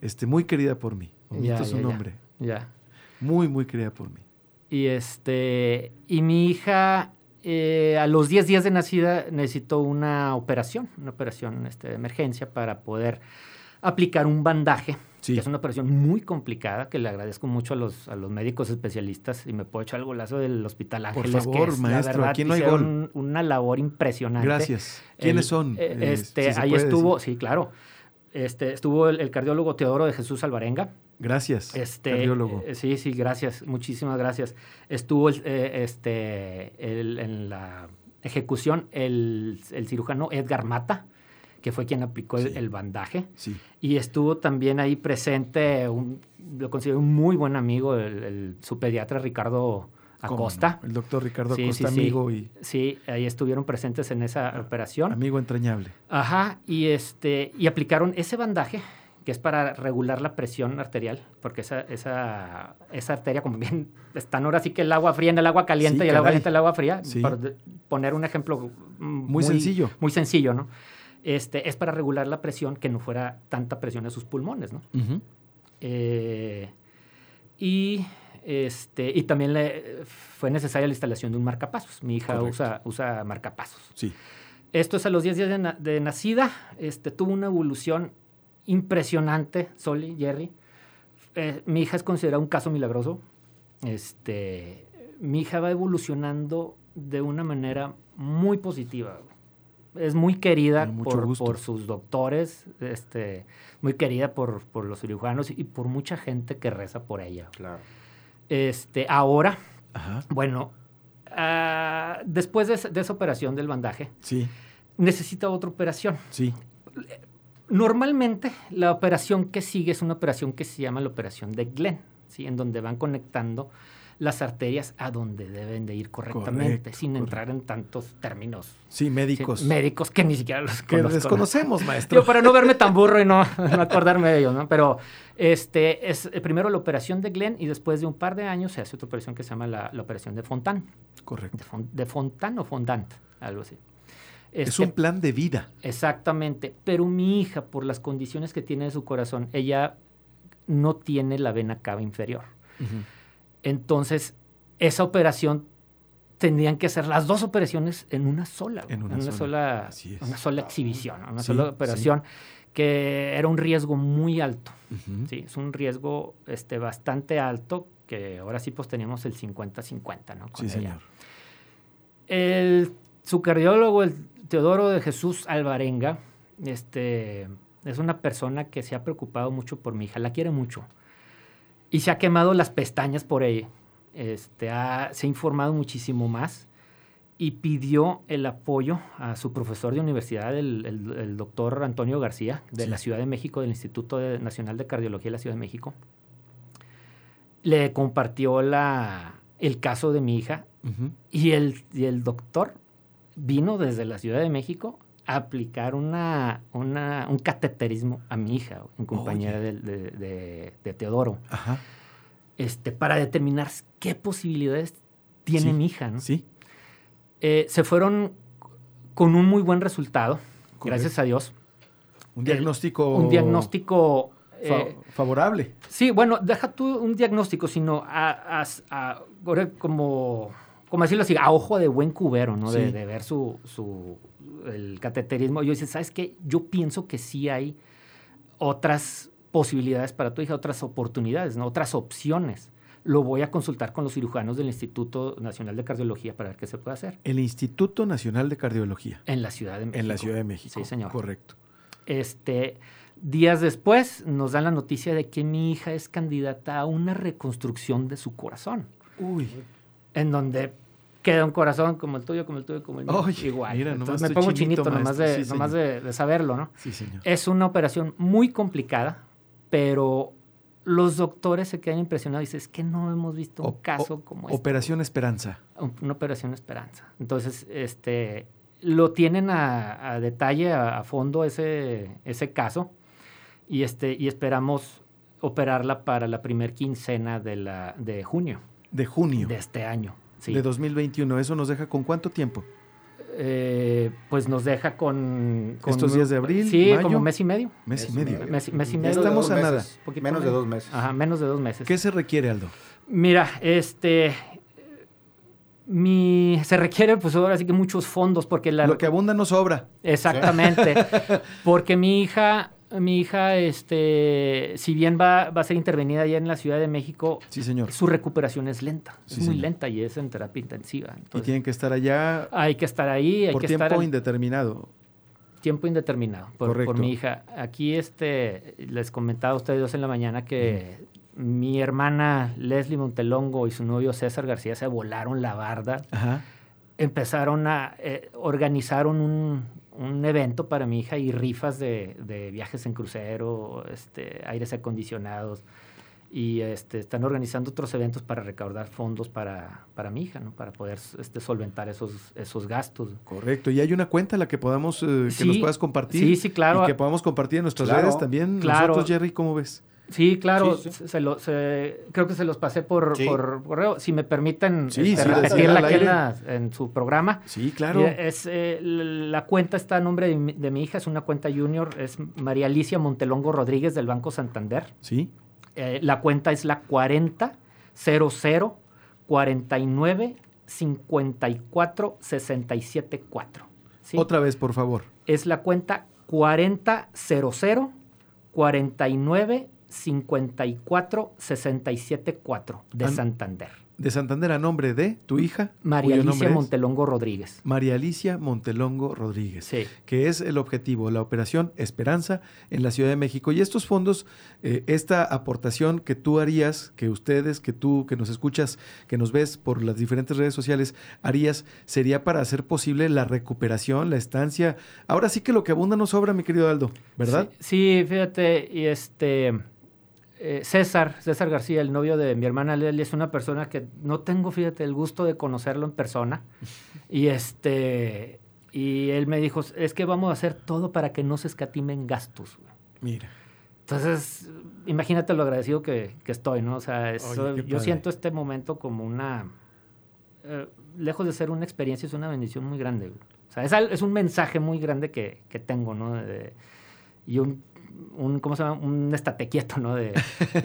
este, muy querida por mí. Omito
Ya,
su
ya, ya.
nombre.
Ya.
Muy, muy querida por mí.
Y este, y mi hija eh, a los 10 días de nacida necesitó una operación, una operación este, de emergencia para poder aplicar un bandaje.
Sí.
Que es una operación muy complicada que le agradezco mucho a los, a los médicos especialistas y me puedo echar el golazo del Hospital
Por
Ángeles.
favor,
que es,
maestro,
la verdad,
aquí no hay
hicieron una labor impresionante.
Gracias.
El-
¿Quiénes son?
eh,
Eh,
este,
si se
ahí
puede
estuvo,
decir.
sí, claro. Este, estuvo el, el cardiólogo Teodoro de Jesús Alvarenga.
Gracias.
Este,
cardiólogo.
eh, sí, sí, gracias. Muchísimas gracias. Estuvo el, eh, este, el- en la ejecución el, el cirujano Edgar Mata, que fue quien aplicó el-
Sí.
el bandaje.
sí.
Y estuvo también ahí presente, un- lo considero un muy buen amigo, el, el- su pediatra Ricardo
¿Cómo
Acosta.
no? El doctor Ricardo
Sí,
Acosta,
sí, sí.
amigo Ah,
Sí, ahí estuvieron presentes en esa
y
operación.
amigo entrañable.
Ajá, y, este, y aplicaron ese bandaje, que es para regular la presión arterial, porque esa, esa, esa arteria, como bien están ahora sí que el agua fría en el agua caliente
Sí,
y el agua
caray.
caliente en el agua fría,
Sí.
para de- poner un ejemplo mm, muy,
sencillo.
Muy sencillo, ¿no? Este, es para regular la presión, que no fuera tanta presión en sus pulmones, ¿no? Eh, y, este, y también le- fue necesaria la instalación de un marcapasos. Mi hija
Correcto.
usa, usa marcapasos.
Sí.
Esto es a los 10 días de, na- de nacida. Este, tuvo una evolución impresionante, Soli, Jerry. Eh, mi hija es considerada un caso milagroso. Este, mi hija va evolucionando de una manera muy positiva. güey. Es muy querida
Me da mucho
por,
gusto.
por sus doctores, este, muy querida por, por los cirujanos y por mucha gente que reza por ella.
Claro.
Este, ahora,
Ajá.
bueno, ah, después de, esa- de esa operación del bandaje,
Sí,
necesita otra operación.
sí.
Normalmente la operación que sigue es una operación que se llama la operación de Glenn, ¿sí? en donde van conectando las arterias a donde deben de ir correctamente,
Correcto,
sin entrar en tantos términos
Sí,
sí,
médicos.
médicos que ni siquiera los
que
conozco, ¿no?
desconocemos, maestro.
Digo, para no verme tan burro y no, *laughs* no acordarme de ellos, ¿no? Pero este, es eh, primero la operación de Glenn y después de un par de años se hace otra operación que se llama la, la operación de Fontan.
Correcto.
De, Fon- de Fontan o Fondant, algo así.
Es
Este,
un plan de vida.
Exactamente, pero mi hija, por las condiciones que tiene de su corazón, ella no tiene la vena cava inferior. Entonces, esa operación tendrían que hacer las dos operaciones en una sola,
En una sola,
sola,
así es.
una sola exhibición, una
Sí,
sola
sí.
operación, que era un riesgo muy alto.
Ujú.
Sí, es un riesgo este, bastante alto que ahora sí pues teníamos el 50-50, ¿no? Con
Sí,
ella.
señor.
El, su cardiólogo, el Teodoro de Jesús Alvarenga, este, es una persona que se ha preocupado mucho por mi hija, la quiere mucho. Y se ha quemado las pestañas por ella. Este, ha- se ha informado muchísimo más y pidió el apoyo a su profesor de universidad, el, el- el doctor Antonio García, de
Sí.
la Ciudad de México, del Instituto de- Nacional de Cardiología de la Ciudad de México. Le compartió la, el caso de mi hija
Ujú.
y el, y el doctor vino desde la Ciudad de México a aplicar una, una- un cateterismo a mi hija, en compañía del- de, de- de Teodoro,
Ajá.
este, para determinar qué posibilidades tiene
Sí,
mi hija. ¿no?
Sí.
Eh, se fueron con un muy buen resultado,
Correcto.
gracias a Dios.
Un
El-
diagnóstico.
Un diagnóstico...
fa-
eh,
favorable.
Sí, bueno, deja tú un diagnóstico, sino a, a- a- ahora como, como decirlo así, a ojo de buen cubero, ¿no? De,
Sí.
de ver su, su- el cateterismo. Yo dice, ¿sabes qué? Yo pienso que sí hay otras posibilidades para tu hija, otras oportunidades, ¿no? Otras opciones. Lo voy a consultar con los cirujanos del Instituto Nacional de Cardiología para ver qué se puede hacer
El Instituto Nacional de Cardiología.
en la Ciudad de México.
En la Ciudad de México.
Sí, señor.
Correcto.
Este, días después nos dan la noticia de que mi hija es candidata a una reconstrucción de su corazón,
Uy.
en donde queda un corazón como el tuyo, como el tuyo, como el mío,
Oye,
igual.
mira, nomás
Entonces me
estoy
pongo
chinito,
chinito, nomás,
maestro.
de,
Sí,
nomás
señor.
de- de saberlo, ¿no?
Sí, señor.
Es una operación muy complicada, pero los doctores se quedan impresionados y dicen, es que no hemos visto un
O-
caso
o-
como este
Operación Esperanza.
un- una operación Esperanza. Entonces, este, lo tienen a, a detalle, a, a fondo ese, ese caso y, este, y esperamos operarla para la primer quincena de, la, de junio
De junio
de este año. sí.
de 2021. ¿Eso nos deja con cuánto tiempo?
Eh, pues nos deja con, con-
Estos días de abril,
Sí,
mayo.
como mes y medio.
Mes y
Mes y
medio.
medio.
Mes, y- mes y
Ya
medio.
estamos
de
a
dos
nada.
meses.
Poquito
Menos de
menos.
dos meses.
Ajá, menos de dos meses.
¿Qué se requiere, Aldo?
Mira, este... Mi, se requiere, pues ahora sí que muchos fondos, porque
*laughs*
la,
Lo que abunda no sobra.
Exactamente. Porque mi hija mi hija, este, si bien va, va a ser intervenida ya en la Ciudad de México,
Sí, señor.
su recuperación es lenta, es
Sí,
muy
señor.
lenta y es en terapia intensiva.
Y
Entonces,
tienen que estar allá
hay que estar ahí, hay
por
que
tiempo
estar en
indeterminado.
tiempo indeterminado por, por
Correcto.
mi hija. Aquí este, les comentaba a ustedes dos en la mañana que
Mm.
mi hermana Leslie Montelongo y su novio César García se volaron la barda.
Ajá.
Empezaron a, eh, organizaron un, un evento para mi hija y rifas de, de viajes en crucero, este, aires acondicionados. Y este, están organizando otros eventos para recaudar fondos para, para mi hija, ¿no? para poder este, solventar esos, esos gastos.
Correcto. Y hay una cuenta a la que podamos, eh, que
Sí,
nos puedas compartir.
sí, sí, claro.
Y que podamos compartir en nuestras
Claro,
redes también.
claro.
Nosotros, Jerry, ¿cómo ves?
Sí, claro,
Sí, sí.
se- se lo- se- creo que se los pasé por,
Sí.
por correo. Si me permiten
Sí,
este,
sí,
repetirla
al
aquí en,
aire.
la- en su programa.
Sí, claro.
Y Es, eh, l- la cuenta está a nombre de mi, de mi hija, es una cuenta junior, es María Alicia Montelongo Rodríguez del Banco Santander.
Sí.
Eh, la cuenta es la 40 00 49 54 67 4. ¿sí?
Otra vez, por favor.
es la cuenta 4000 49 54 67 4 de
Am-
Santander.
De Santander a nombre de tu hija.
María
cuyo nombre
Alicia
es
Montelongo Rodríguez.
María Alicia Montelongo Rodríguez.
Sí.
que es el objetivo, la operación Esperanza en la Ciudad de México. Y estos fondos, eh, esta aportación que tú harías, que ustedes, que tú, que nos escuchas, que nos ves por las diferentes redes sociales, harías, sería para hacer posible la recuperación, la estancia. Ahora sí que lo que abunda no sobra, mi querido Aldo, ¿verdad?
Sí, sí, fíjate, y este eh, César, César García, el novio de mi hermana Leslie, es una persona que no tengo, fíjate, el gusto de conocerlo en persona. Y este y él me dijo, es que vamos a hacer todo para que no se escatimen gastos. güey".
Mira.
Entonces, imagínate lo agradecido que, que estoy, ¿no? O sea, eso-
Oye, qué
yo
padre.
siento este momento como una... eh, lejos de ser una experiencia, es una bendición muy grande. güey. O sea, es, al- es un mensaje muy grande que, que tengo, ¿no? De- de- y un, un, ¿cómo se llama? Un estate quieto,
*laughs*
¿no? De,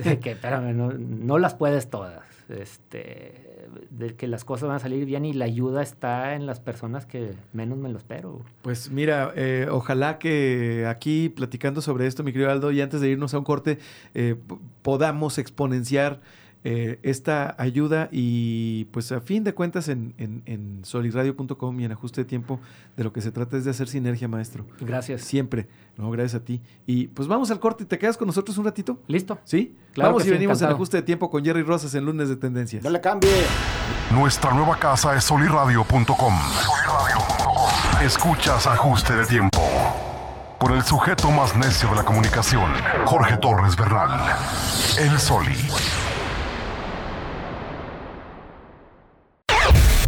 de que, espérame, no, no las puedes todas. Este, de que las cosas van a salir bien y la ayuda está en las personas que menos me lo espero. güey.
Pues mira, eh, ojalá que aquí platicando sobre esto, mi querido Aldo, y antes de irnos a un corte, eh, p- podamos exponenciar eh, esta ayuda y pues a fin de cuentas en, en, en solirradio.com y en ajuste de tiempo, de lo que se trata es de hacer sinergia, maestro.
Gracias.
Siempre. No, gracias a ti. Y pues vamos al corte, ¿te quedas con nosotros un ratito?
¿Listo?
¿Sí?
Claro
vamos
que
y
sí,
venimos en
encantado.
ajuste de tiempo con Jerry Rosas en lunes de tendencias.
No le cambie.
Nuestra nueva casa es soliradio.com. Escuchas ajuste de tiempo. Con el sujeto más necio de la comunicación, Jorge Torres Bernal. El Soli.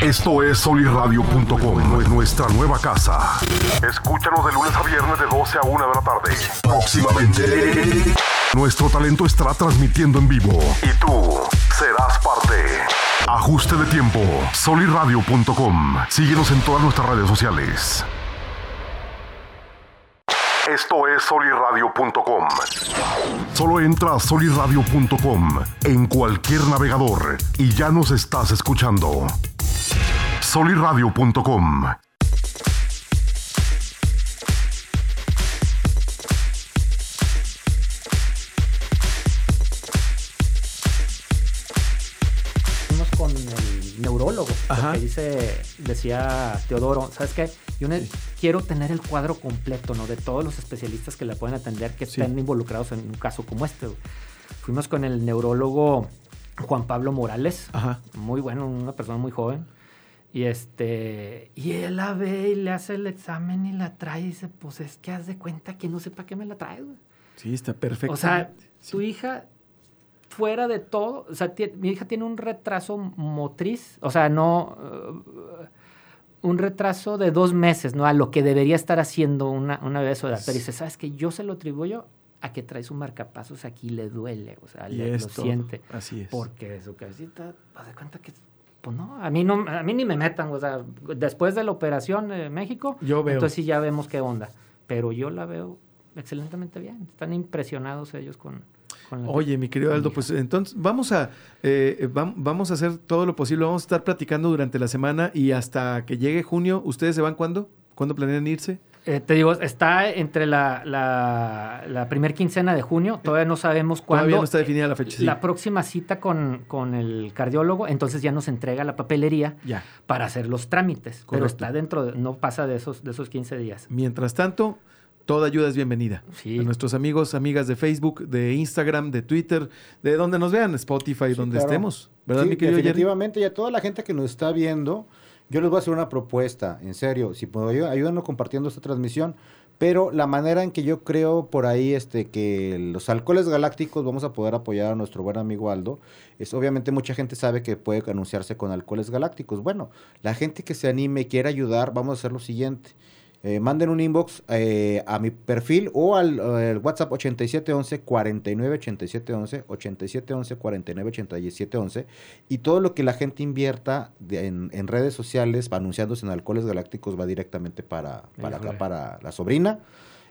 Esto es solirradio.com, nuestra nueva casa. Escúchanos de lunes a viernes de 12 a 1 de la tarde. Próximamente. Nuestro talento estará transmitiendo en vivo. Y tú serás parte. Ajuste de tiempo. Solirradio.com. Síguenos en todas nuestras redes sociales. Esto es solirradio.com. Solo entra a solirradio.com en cualquier navegador y ya nos estás escuchando. Solirradio.com.
Fuimos con el neurólogo,
Ajá.
que dice, decía Teodoro, ¿sabes qué? Yo ne- quiero tener el cuadro completo, ¿no? De todos los especialistas que la pueden atender que
Sí.
estén involucrados en un caso como este. güey. Fuimos con el neurólogo Juan Pablo Morales,
Ajá.
muy bueno, una persona muy joven. Y este, y él la ve y le hace el examen y la trae y dice, pues es que haz de cuenta que no sé para qué me la traes, güey.
Sí, está perfecto.
O sea,
Sí.
tu hija, fuera de todo, o sea, tie- mi hija tiene un retraso motriz, o sea, no. eh, un retraso de dos meses, ¿no? A lo que debería estar haciendo una, una bebé de su edad. Pero dice, ¿sabes qué? Yo se lo atribuyo a que trae su marcapasos aquí le duele, o sea,
Y
le, lo
esto,
siente.
Así es.
Porque de su cabecita, haz de cuenta que, pues no, a mí, no, a mí ni me metan, o sea, después de la operación en México,
Yo veo.
entonces sí ya vemos qué onda. Pero yo la veo excelentemente bien, están impresionados ellos con, con la...
Oye, mi querido Aldo, pues entonces vamos a, eh, vam- vamos a hacer todo lo posible. Vamos a estar platicando durante la semana y hasta que llegue junio. ¿Ustedes se van cuándo? ¿Cuándo planean irse?
Eh, te digo, está entre la, la, la primer quincena de junio, todavía no sabemos cuándo.
Eh,
Eh,
Todavía no está definida la fecha. sí.
La próxima cita con, con el cardiólogo, entonces ya nos entrega la papelería
ya.
para hacer los trámites, pero
Correcto.
está dentro, de- no pasa de esos, de esos 15 días.
Mientras tanto, toda ayuda es bienvenida.
Sí.
A nuestros amigos, amigas de Facebook, de Instagram, de Twitter, de donde nos vean, Spotify, donde
claro.
estemos. ¿Verdad,
Sí,
mi querido Jerry?
definitivamente, y a toda la gente que nos está viendo, yo les voy a hacer una propuesta, en serio, si puedo, ayú- ayúdanos compartiendo esta transmisión, pero la manera en que yo creo por ahí este que los alcoholes galácticos vamos a poder apoyar a nuestro buen amigo Aldo, es obviamente mucha gente sabe que puede anunciarse con alcoholes galácticos. Bueno, la gente que se anime y quiera ayudar, vamos a hacer lo siguiente. Eh, manden un inbox eh, a mi perfil o al eh, el WhatsApp 8711 49 8711 8711 49 8711 y todo lo que la gente invierta de- en, en redes sociales anunciándose en Alcoholes Galácticos va directamente para, para acá,
Híjole.
para la sobrina.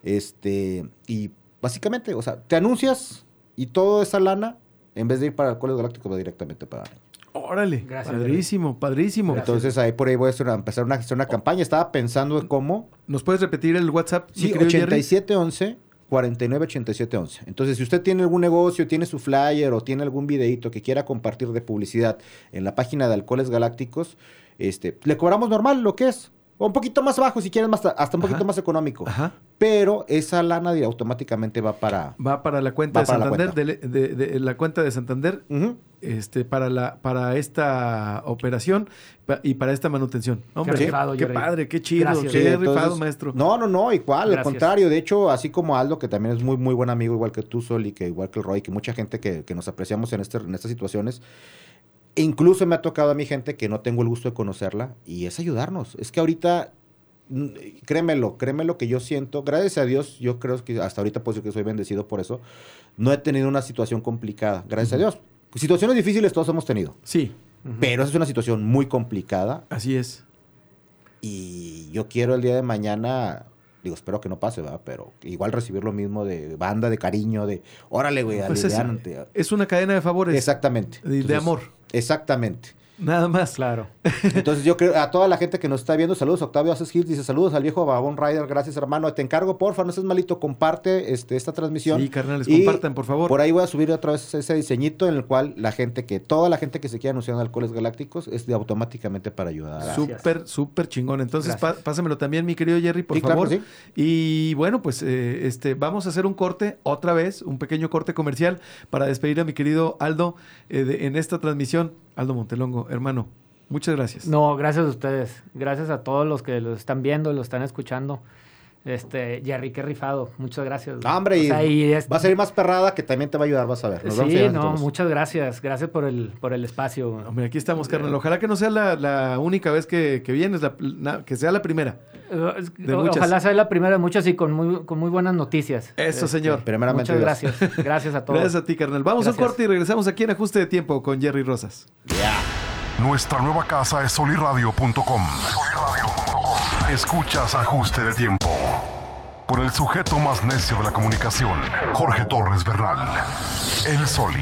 Este, y básicamente, o sea, te anuncias y toda esa lana, en vez de ir para Alcoholes Galácticos, va directamente para la niña.
Órale.
Gracias,
padrísimo, padrísimo.
Entonces ahí por ahí voy a hacer una- empezar una, hacer
Oh.
una campaña. Estaba pensando en cómo.
¿Nos puedes repetir el WhatsApp? mi
Sí,
querido Jerry?
8711 498711. Entonces, si usted tiene algún negocio, tiene su flyer o tiene algún videito que quiera compartir de publicidad en la página de Alcoholes Galácticos, este, le cobramos normal lo que es. O un poquito más bajo, si quieres, más, ta- hasta un poquito
Ajá.
más económico.
Ajá.
Pero esa lana de- automáticamente va para.
Va para la cuenta
Va
de
para la
Santander, De, de- de la cuenta de Santander,
Ujú.
este, para la, para esta operación pa- y para esta manutención. Hombre, qué,
rifado,
qué
Jerry.
padre, qué chido,
Gracias.
qué
Sí,
entonces-
rifado, maestro.
No, no, no, igual, al
Gracias.
contrario. De hecho, así como Aldo, que también es muy, muy buen amigo, igual que tú, Sol, y que igual que el Roy, que mucha gente que, que nos apreciamos en, este, en estas situaciones. e incluso me ha tocado a mi gente que no tengo el gusto de conocerla, y es ayudarnos. Es que ahorita, mm, créemelo, créemelo que yo siento, gracias a Dios, yo creo que hasta ahorita puedo decir que soy bendecido por eso. No he tenido una situación complicada, gracias a Dios. Situaciones difíciles todos hemos tenido,
Sí,
pero esa es una situación muy complicada
así es.
y yo quiero el día de mañana, digo, espero que no pase, ¿verdad? Pero igual recibir lo mismo de banda, de cariño, de órale, güey,
Pues es,
aliviánate.
es una cadena de favores.
Exactamente.
de- de amor.
Exactamente.
Nada más.
Claro.
Entonces yo creo, a toda la gente que nos está viendo, saludos Octavio Aces Gil, dice saludos al viejo Babón Rider, gracias hermano, te encargo, porfa, no seas malito, comparte este, esta transmisión.
Sí, carnales,
Y
compartan, por favor.
Por ahí voy a subir otra vez ese diseñito en el cual la gente que, toda la gente que se quiera anunciar en Alcoholes Galácticos es de automáticamente para ayudar. a-
Gracias.
Súper, súper chingón. Entonces,
Gracias.
pa- pásamelo también, mi querido Jerry, por
Sí, claro
favor.
que sí.
Y bueno, pues eh, este, vamos a hacer un corte otra vez, un pequeño corte comercial para despedir a mi querido Aldo eh, de- en esta transmisión. Aldo Montelongo, hermano, muchas gracias.
No, gracias a ustedes. Gracias a todos los que los están viendo, los están escuchando. Este, Jerry, qué rifado. Muchas gracias.
No, hombre,
O sea, y es-
va a salir más perrada que también te va a ayudar, vas a ver. Nos vamos a
Sí,
llevar
no,
todos.
muchas gracias. Gracias por el, por el espacio.
Hombre, aquí estamos, carnal. Ojalá que no sea la, la única vez que, que vienes, la- na- que sea la primera.
Eh, es-
De
o-
muchas.
Ojalá sea la primera de muchas y con muy, con muy buenas noticias.
Eso,
Este,
señor.
Eh, Primeramente,
Muchas
Dios.
gracias. Gracias
*laughs*
a todos.
Gracias a ti, carnal. Vamos a un
Gracias.
corte y regresamos aquí en Ajuste de Tiempo con Jerry
*laughs*
Rosas.
Nuestra nueva casa es soliradio.com. Escuchas ajuste de tiempo. Con el sujeto más necio de la comunicación, Jorge Torres Bernal. El Soli.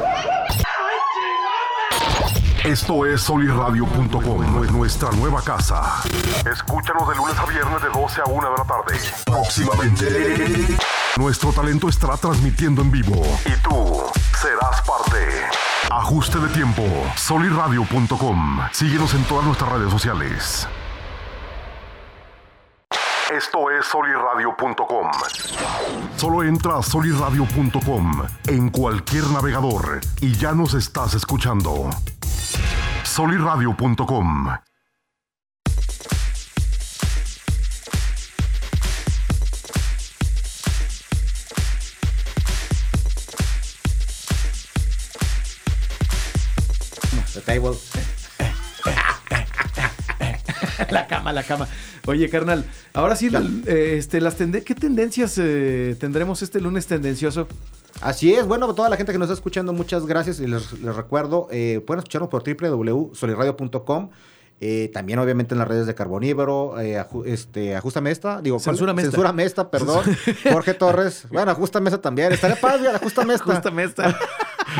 Esto es solirradio.com, nuestra nueva casa. Escúchanos de lunes a viernes de 12 a 1 de la tarde. Próximamente Nuestro talento estará transmitiendo en vivo y tú serás parte. Ajuste de tiempo, soliradio.com. Síguenos en todas nuestras redes sociales. Esto es soliradio.com. Solo entra a soliradio.com en cualquier navegador y ya nos estás escuchando. soliradio.com.
The table.
La cama, la cama. Oye, carnal, ahora sí, eh, este, las tende- ¿qué tendencias eh, tendremos este lunes
*laughs*
tendencioso?
Así es, bueno, pues, toda la gente que nos está escuchando, muchas gracias. Y les, les recuerdo, eh, pueden escucharnos por www.solirradio.com. eh, también, obviamente, en las redes de Carbonívoro. eh, aju- este, ajustame esta. Digo, ¿cuál?
Censúrame esta.
Censúrame esta,
*laughs*
perdón. Jorge Torres. Bueno, ajustame esta también. Estaré padre, ajustame esta.
Justamente esta.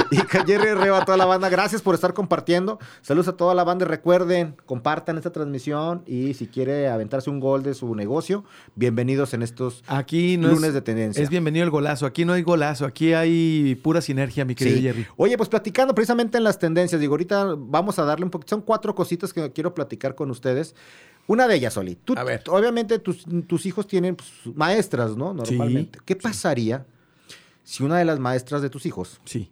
Y con Jerry Herrera, a toda la banda, gracias por estar compartiendo. Saludos a toda la banda y recuerden, compartan esta transmisión y si quiere aventarse un gol de su negocio, bienvenidos en estos
*laughs* Aquí no
lunes
es,
de tendencia.
es bienvenido el golazo. Aquí no hay golazo. Aquí hay pura sinergia, mi querido
Sí.
Jerry.
Oye, pues platicando precisamente en las tendencias, digo, ahorita vamos a darle un poquito, son cuatro cositas que quiero platicar con ustedes. Una de ellas, Oli, tú,
A ver.
obviamente tus, tus hijos tienen pues, maestras, ¿no? Normalmente. ¿Qué pasaría si una de las maestras de tus hijos
Sí.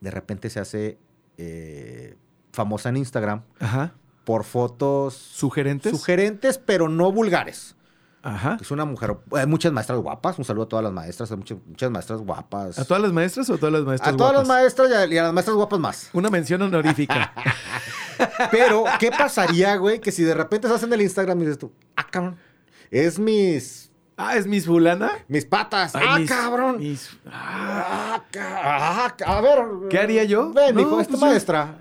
de repente se hace eh, famosa en Instagram
Ajá.
por fotos
¿Sugerentes?
sugerentes, pero no vulgares?
Ajá.
Es una mujer, hay muchas maestras guapas, un saludo a todas las maestras, hay muchas, muchas maestras guapas.
¿A todas las maestras o a todas las maestras?
A todas las
guapas?
maestras y a- y a las maestras guapas más.
Una mención honorífica.
Pero, ¿qué pasaría, güey? Que si de repente se hacen el Instagram y dices tú, ah, cabrón, es mis,
ah, ¿es Miss Fulana?
mis patas,
Ay,
ah,
Miss-
cabrón.
Miss- Ah.
Ah, ca- ah, ca- a ver.
¿Qué haría yo?
Ven,
No,
dijo, esta
pues yo-
maestra.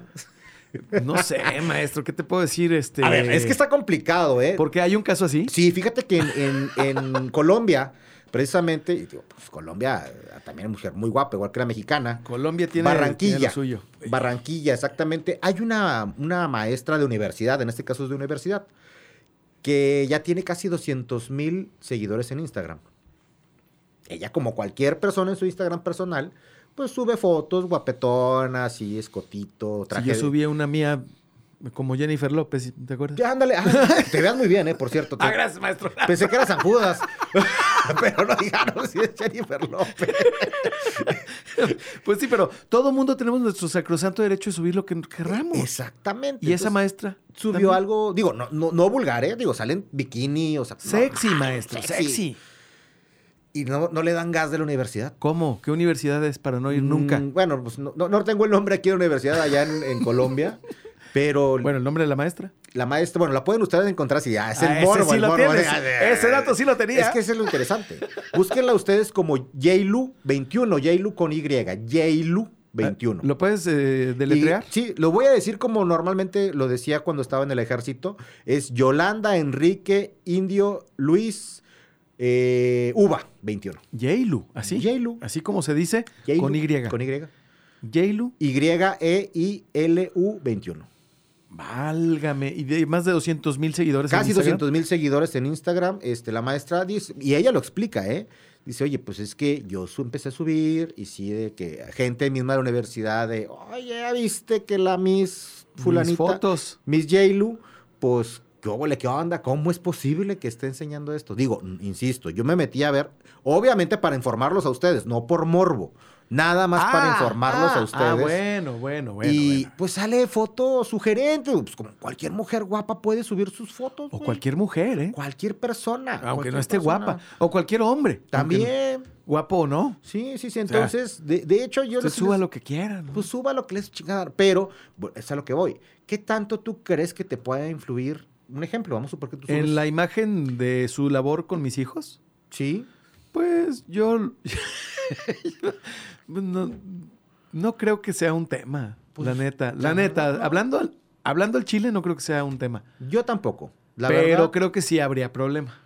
No sé, maestro. ¿Qué te puedo decir? Este,
A ver, es que está complicado, ¿eh?
Porque hay un caso así.
Sí, fíjate que en, en- en Colombia, precisamente, y digo, pues Colombia eh, también es mujer muy guapa, igual que la mexicana.
Colombia tiene,
Barranquilla.
tiene lo suyo.
Barranquilla, exactamente. Hay una, una maestra de universidad, en este caso es de universidad, que ya tiene casi 200 mil seguidores en Instagram. Ella, como cualquier persona en su Instagram personal, pues sube fotos guapetonas y escotito,
Si
traje.
yo
de-
subí una mía como Jennifer López, ¿te acuerdas?
Ya, ándale, ándale. te veas muy bien, ¿eh? Por
*laughs*
cierto. te-
Ah, gracias, maestro.
Pensé que era
*laughs*
San Judas, pero no dijeron si es Jennifer López.
Pues sí, pero todo mundo tenemos nuestro sacrosanto derecho de subir lo que querramos.
Exactamente.
y esa
Entonces,
maestra
subió
también.
algo, digo, no, no, no vulgar, ¿eh? Digo, salen bikini, o sea. no,
Sexy, maestro,
sexy.
sexy.
y no, no le dan gas de la universidad.
¿Cómo? ¿Qué universidad es para no ir nunca?
Mm, bueno, pues no, no- no tengo el nombre aquí de la universidad allá en, en Colombia, pero
Bueno, el nombre de la maestra.
la maestra, bueno, la pueden ustedes encontrar si ya es el
Ah, ese
morbo.
sí
el
lo
morbo,
tienes.
ah, ah,
Ese dato sí lo tenía.
Es que ese es lo interesante. Búsquenla ustedes como Yailu21, Yailu con Y, Yailu21.
¿Lo puedes eh, deletrear?
Y- sí, lo voy a decir como normalmente lo decía cuando estaba en el ejército. Es Yolanda, Enrique, Indio, Luis, eh, Uva, 21.
Yeilu, así.
Yeilu.
Así como se dice,
Yailu,
con Y.
Con Y. E,
Yeilu,
Y-E-I-L-U 21.
válgame. Y de más de 200 mil seguidores. en
Casi
Instagram.
200 mil seguidores en Instagram. Este, la maestra dice, y ella lo explica, ¿eh? Dice, oye, pues es que yo su- empecé a subir y sí, de que gente misma de la universidad de, oye, ¿ya viste que la Miss
Mis
Fulanita,
fotos.
Miss Jailu, pues, ¿qué, ole, ¿qué onda? ¿Cómo es posible que esté enseñando esto? Digo, n- insisto, yo me metí a ver, obviamente para informarlos a ustedes, no por morbo, nada más para
Ah,
informarlos
ah,
a ustedes.
Ah, bueno, bueno, bueno.
y
bueno.
pues sale foto sugerente. Pues como cualquier mujer guapa puede subir sus fotos.
O
güey.
cualquier mujer, ¿eh?
Cualquier persona.
Aunque
cualquier
no esté
persona.
guapa. O cualquier hombre. aunque no-
También.
Guapo o no.
Sí, sí, sí.
sea,
Entonces, de, de hecho, yo
Usted
les-
suba lo que quiera. ¿no?
Pues suba lo que les chingar. Pero, bueno, es a lo que voy. ¿Qué tanto tú crees que te pueda influir? Un ejemplo, vamos a por qué tú subes.
en la imagen de su labor con mis hijos,
Sí.
pues yo. *laughs* no, no creo que sea un tema.
Pues,
la neta. La
no,
neta.
no.
Hablando, al, hablando al chile, no creo que sea un tema.
Yo tampoco. La
pero
verdad,
creo que sí habría problema.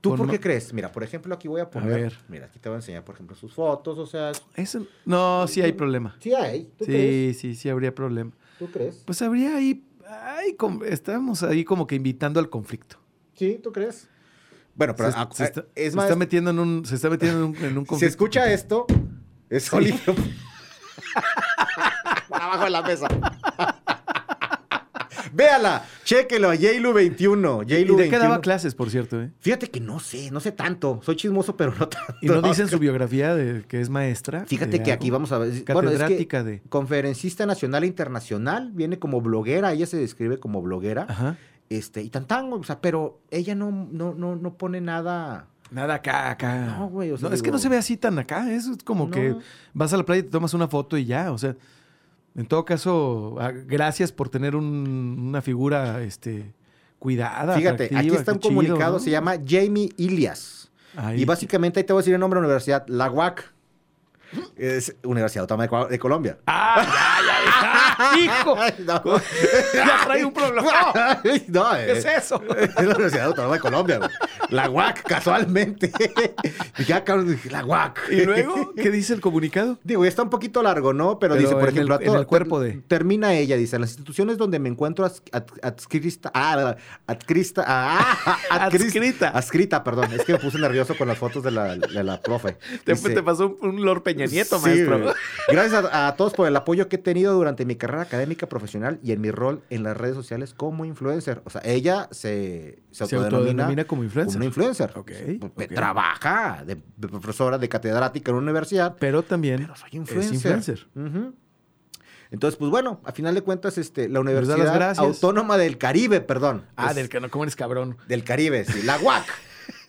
¿tú
con
por qué
ma-
crees? Mira, por ejemplo, aquí voy a poner.
ver.
Mira, aquí te voy a enseñar, por ejemplo, sus fotos. O sea,
Eso- no, sí hay problema.
sí hay. ¿Tú
Sí,
crees?
sí, sí habría problema.
¿Tú crees?
Pues habría ahí. ay, com- estamos ahí como que invitando al conflicto.
Sí, ¿tú crees? Bueno, pero
se,
ah,
se está,
es
se
más,
está metiendo en un, se está metiendo en un, en un
*laughs* si
conflicto.
escucha esto,
*laughs*
es solito. Para abajo de la mesa. *laughs* Véala, chéquelo, JLU21.
¿Y
JLU21.
de qué daba clases, por cierto? eh?
Fíjate que no sé, no sé tanto. Soy chismoso, pero no *laughs* tanto.
¿Y no dicen su biografía de que es maestra?
Fíjate
de
que
algo?
aquí vamos a ver. Bueno, es que
Catedrática de...
conferencista nacional e internacional, viene como bloguera, ella se describe como bloguera.
Ajá.
Este, y tan tan, o sea, pero ella no, no, no, no pone nada.
Nada acá, acá.
No, güey, o sea,
No, es que
digo-
no se ve así tan acá. Eso es como
No.
que vas a la playa y te tomas una foto y ya. O sea, en todo caso, a- gracias por tener un- una figura este, cuidada.
Fíjate, aquí
atractiva,
está un
qué chido,
comunicado,
¿no?
se llama Jamie Ilias.
Ahí.
Y básicamente ahí te voy a decir el nombre de la universidad, la UAC. Es Universidad Autónoma de, Cua- de Colombia.
¡Ah,
*laughs*
hijo!
Ay, no.
Ya trae un *laughs*
*laughs*
problema.
Ay, no,
¿Qué
eh.
es eso?
*laughs* Es la Universidad Autónoma de Colombia, güey. La UAC,
*laughs*
casualmente. Dije, ah, cabrón, dije, la UAC.
¿Y luego qué dice el comunicado?
*laughs* Digo, está un poquito largo, ¿no? Pero,
Pero
dice, por
en
ejemplo,
el-
a todo-
en el cuerpo de-
termina ella, dice, las instituciones donde me encuentro ads- ad- adscrista, ah, adscrista, ah, *laughs* adscris-
Adscrita.
adscrita, perdón, es que me puse nervioso con las fotos de la, de la profe.
*laughs* Te,
Dice,
te pasó un, un Lord Peña Nieto,
sí,
maestro.
güey. Gracias a, a todos por el apoyo que he tenido durante mi carrera académica profesional y en mi rol en las redes sociales como influencer. O sea, ella se, se,
Se
autodenomina
autodenomina como influencer.
como una influencer.
Ok,
Porque
ok.
Trabaja de, de profesora, de catedrática en una universidad.
Pero también
Pero soy influencer.
es influencer.
Ujú. Entonces, pues bueno, a final de cuentas, este,
da
la
las
Universidad
gracias.
Autónoma del Caribe, perdón.
Ah,
Es-
del que no, ¿cómo eres cabrón?
del Caribe, sí. La UAC.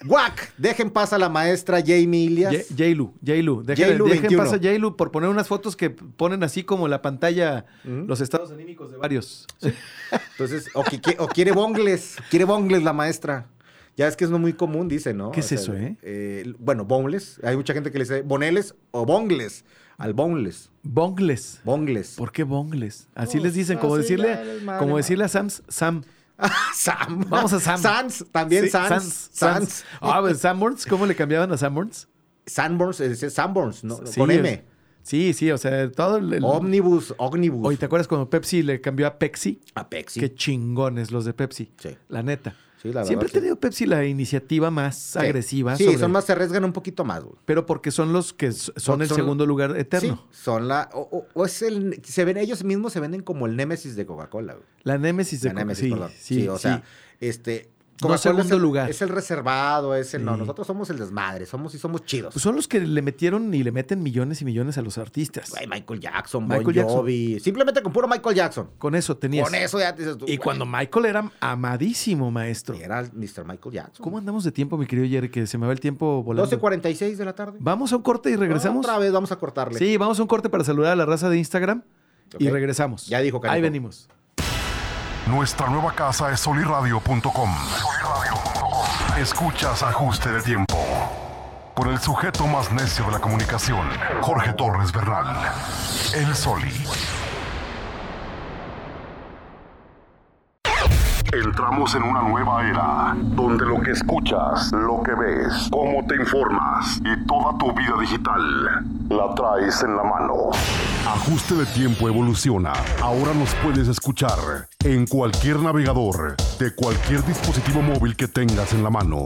UAC, dejen paz a la maestra Jamie Ilias.
Ye- Jailu, Jailu. Dejen,
Jailu
dejen
21.
pasar a Jailu por poner unas fotos que ponen así como la pantalla, los estados anímicos de varios.
Entonces, o, que qui- o quiere bongles, quiere bongles la maestra. Ya es que es no muy común, dice, ¿no?
¿Qué es eso, eh?
bueno, bongles. Hay mucha gente que le dice boneles o bongles. Al bongles.
Bongles.
Bongles.
¿Por qué bongles? Así
No,
les dicen, como
así
decirle,
ya eres madre,
como
madre.
decirle a Sams, Sam.
*laughs* Sam.
Vamos a Sam.
Sans, también
Sí,
Sans.
Sans,
Sans. pues,
Sans. Ah, pues, Sanborns, ¿cómo le cambiaban a Sanborns?
Sanborns, se dice Sanborns, ¿no?
Sí,
Con M.
es- Sí, sí, o sea, todo el... el-
Omnibus, Omnibus.
Oye, ¿te acuerdas cuando Pepsi le cambió a Pepsi?
a Pepsi.
Qué chingones los de Pepsi.
Sí.
La neta.
Sí, la
Siempre
verdad,
ha tenido Pepsi la iniciativa más
sí.
agresiva.
Sí,
sobre-
son más, se arriesgan un poquito más, güey.
Pero porque son los que s- son
Son-
el
son-
segundo lugar eterno.
Sí, son la. O, o- o es el. Se ven, ellos mismos se venden como el Némesis de Coca-Cola, güey.
La Némesis de
La Némesis,
sí,
perdón.
Sí,
o
sí.
sea, este.
No
Coca-Cola es
segundo
el,
lugar.
Es el reservado, es el. No,
Sí.
nosotros somos el desmadre, somos y somos chidos.
Pues son los que le metieron y le meten millones y millones a los artistas.
Güey, Michael Jackson,
Michael
Bon
Jackson.
Jovi. Simplemente con puro Michael Jackson.
Con eso tenías.
Con eso ya te dices tú.
Y
güey,
cuando Michael era amadísimo, maestro.
Era el Mr. Michael Jackson.
¿Cómo andamos de tiempo, mi querido Jerry? Que se me va el tiempo volando.
12.46 de la tarde.
Vamos a un corte y regresamos.
Otra vez vamos a cortarle.
sí, vamos a un corte para saludar a la raza de Instagram y
Ok.
regresamos.
Ya dijo, canijo.
Ahí venimos.
Nuestra nueva casa es soliradio.com. Escuchas ajuste de tiempo. Por el sujeto más necio de la comunicación, Jorge Torres Bernal. El Soli. Entramos en una nueva era, donde lo que escuchas, lo que ves, cómo te informas y toda tu vida digital la traes en la mano. Ajuste de tiempo evoluciona. Ahora nos puedes escuchar en cualquier navegador, de cualquier dispositivo móvil que tengas en la mano.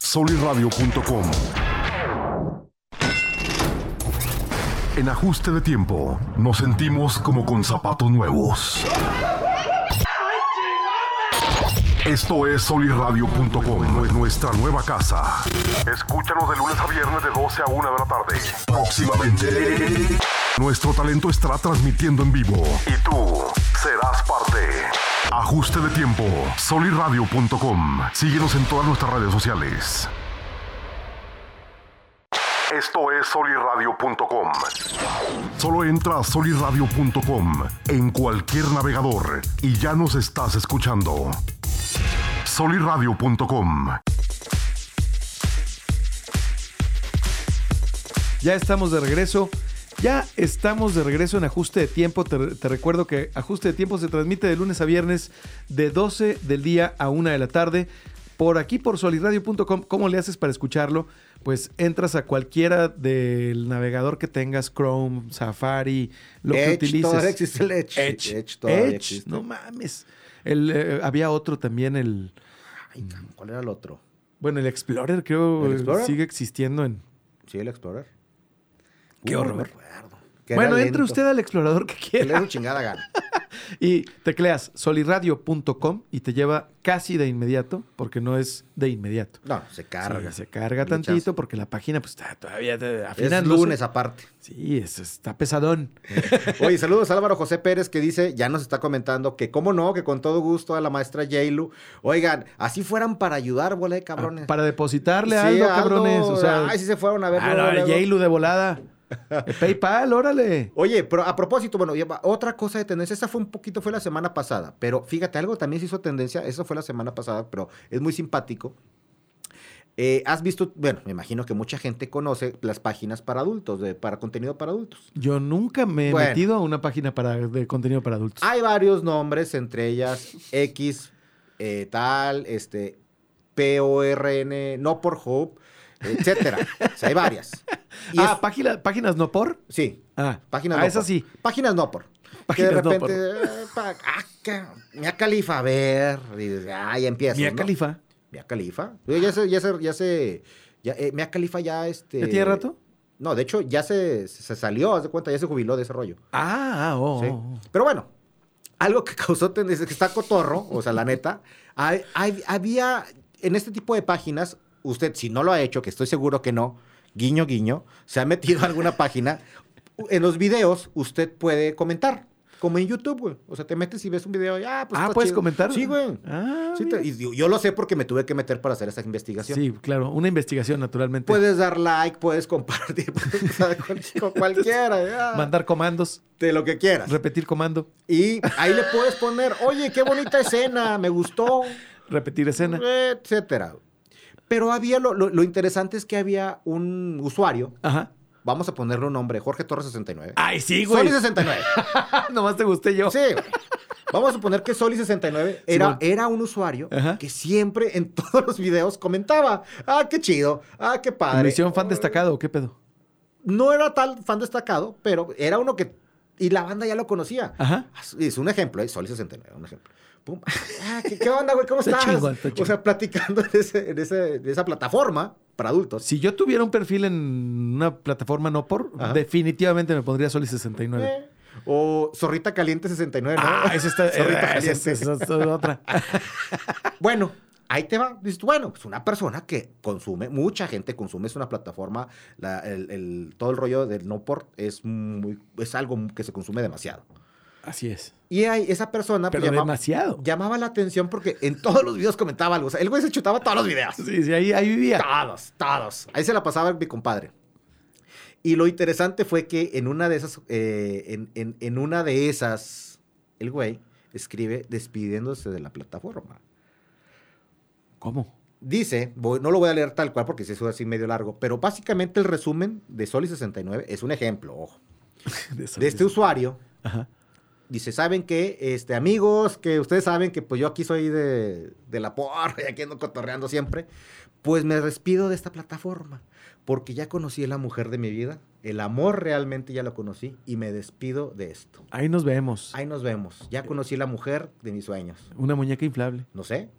Soliradio.com En ajuste de tiempo, nos sentimos como con zapatos nuevos. Esto es solirradio.com, nuestra nueva casa. Escúchanos de lunes a viernes de 12 a 1 de la tarde. Próximamente. Nuestro talento estará transmitiendo en vivo. Y tú serás parte. Ajuste de tiempo. Solirradio.com. Síguenos en todas nuestras redes sociales. Esto es solirradio.com. Solo entra a solirradio.com en cualquier navegador y ya nos estás escuchando. solirradio.com.
Ya estamos de regreso. Ya estamos de regreso en Ajuste de Tiempo. Te, te recuerdo que Ajuste de Tiempo se transmite de lunes a viernes de 12 del día a 1 de la tarde. Por aquí, por soliradio.com, ¿cómo le haces para escucharlo? Pues entras a cualquiera del navegador que tengas, Chrome, Safari, lo que
Edge,
utilices.
todavía existe el Edge.
Edge.
Edge todavía
Edge,
existe.
no mames. El, eh, había otro también, el...
Ay, cabrón, ¿Cuál era el otro?
Bueno, el Explorer creo
¿El Explorer?
sigue existiendo en...
Sí, el Explorer.
Qué
Uh, no
horror.
me acuerdo.
Que era
bueno, entre
lento.
usted al explorador que
Que
quiera
le dieron chingada gana.
y tecleas soliradio.com y te lleva casi de inmediato, porque no es de inmediato.
No, se carga.
Sí, se carga
Lechazo.
tantito porque la página pues está todavía eh,
Es
afinándose.
lunes aparte.
Sí, es- está pesadón.
Oye, saludos a Álvaro José Pérez que dice, ya nos está comentando que cómo no, que con todo gusto a la maestra Yailu. Oigan, así fueran para ayudar, bola de cabrones.
Ah, Para depositarle
Sí,
algo,
Aldo,
cabrones. O sea,
Ay, sí se fueron a ver.
ah,
luego,
no,
luego.
Yailu de
*laughs*
volada. Eh, PayPal, órale.
Oye, pero a propósito, bueno, ya va- otra cosa de tendencia, esa fue un poquito, fue la semana pasada, pero fíjate, algo también se hizo tendencia, eso fue la semana pasada, pero es muy simpático. Eh, has visto, bueno, me imagino que mucha gente conoce las páginas para adultos, de, para contenido para adultos.
Yo nunca me he
Bueno. Ah,
metido a una página para, de contenido para adultos.
Hay varios nombres, entre ellas X, eh, tal, este, PORN, No por Hope, etcétera. o sea, hay varias.
*laughs*
Y
ah,
es-
página- páginas no por.
sí,
Ah,
Páginas
ah,
no
esa
por.
sí.
Páginas no por.
Páginas
que de
no
repente, eh, pa- ah, ca- Mia Califa, a ver. Y dices, ah, ya empieza.
Mia
¿no?
Califa.
Mia Califa. Oye, Ya se, ya se, ya se. Ya, eh, Mia Califa ya este.
¿Ya tiene rato?
No, de hecho, ya se, se salió, haz de cuenta, ya se jubiló de ese rollo.
Ah, ah, oh.
¿sí?
oh.
Pero bueno, algo que *laughs* causó tendencia, que está cotorro, o sea, la neta, hay- hay- había en este tipo de páginas, usted si no lo ha hecho, que estoy seguro que no, guiño, guiño, se ha metido a alguna página, en los videos usted puede comentar. Como en YouTube, güey. O sea, te metes y ves un video y, ah, pues.
ah,
está
¿puedes
chido".
comentar?
Sí, güey.
Ah,
Sí, te-
mira.
y yo, yo lo sé porque me tuve que meter para hacer esta investigación.
sí, claro. Una investigación, naturalmente.
Puedes dar like, puedes compartir, *laughs* puedes dar
*laughs*
cual- con cualquiera, ya,
Mandar comandos,
de lo que quieras.
repetir comando,
Y ahí le puedes poner, oye, qué bonita escena, me gustó,
repetir escena.
etcétera. Pero había lo, lo- lo interesante es que había un usuario,
Ajá.
vamos a ponerle un nombre, Jorge Torres 69.
Ay, sí, güey. *laughs*
Soli 69.
Nomás te gusté yo.
Sí. güey. Vamos a suponer que Soli 69 era,
Simón.
era un usuario
Ajá.
que siempre en *laughs* todos los videos comentaba, ah, qué chido, ah, qué padre.
¿Lo hicieron fan destacado o qué pedo?
No era tal fan destacado, pero era uno que... Y la banda ya lo conocía.
Ajá.
Ah, Es un ejemplo, ¿eh? Sol 69, un ejemplo.
*laughs*
Pum. Ah, ¿qué, qué onda, güey? ¿Cómo
Está
estás?
chingón, está chingón.
O sea, platicando en, ese- en ese- en esa plataforma para adultos.
Si yo tuviera un perfil en una plataforma no por,
Ajá.
definitivamente me pondría Soli 69.
Eh, O Zorrita Caliente 69, ¿no?
Ah, esa está.
*laughs* Zorrita
eh, esa-
Caliente.
esa- esa es otra.
Bueno, ahí te va. Dices, bueno, es una persona que consume, mucha gente consume, es una plataforma, la- el- el- todo el rollo del no por es, muy, es algo que se consume demasiado.
Así es.
Y ahí esa persona pues,
Pero
llamaba,
demasiado.
llamaba la atención porque en todos los videos comentaba algo. O sea, el güey se chutaba todos los videos.
Sí, sí, ahí, ahí vivía.
*laughs* Todos, todos. Ahí se la pasaba mi compadre. Y lo interesante fue que en una de esas, eh, en, en- en una de esas, el güey escribe despidiéndose de la plataforma.
¿Cómo? *laughs*
Dice, voy- no lo voy a leer tal cual porque si es así medio largo, pero básicamente el resumen de Soli69 es un ejemplo, ojo,
De, Soli
de
69.
este usuario.
Ajá.
Dice, saben que, este, amigos, que ustedes saben que pues yo aquí soy de, de la porra y aquí ando cotorreando siempre, pues me despido de esta plataforma, porque ya conocí a la mujer de mi vida, el amor realmente ya lo conocí y me despido de esto.
Ahí nos vemos.
Ahí nos vemos, ya conocí la mujer de mis sueños,
Una muñeca inflable.
no sé.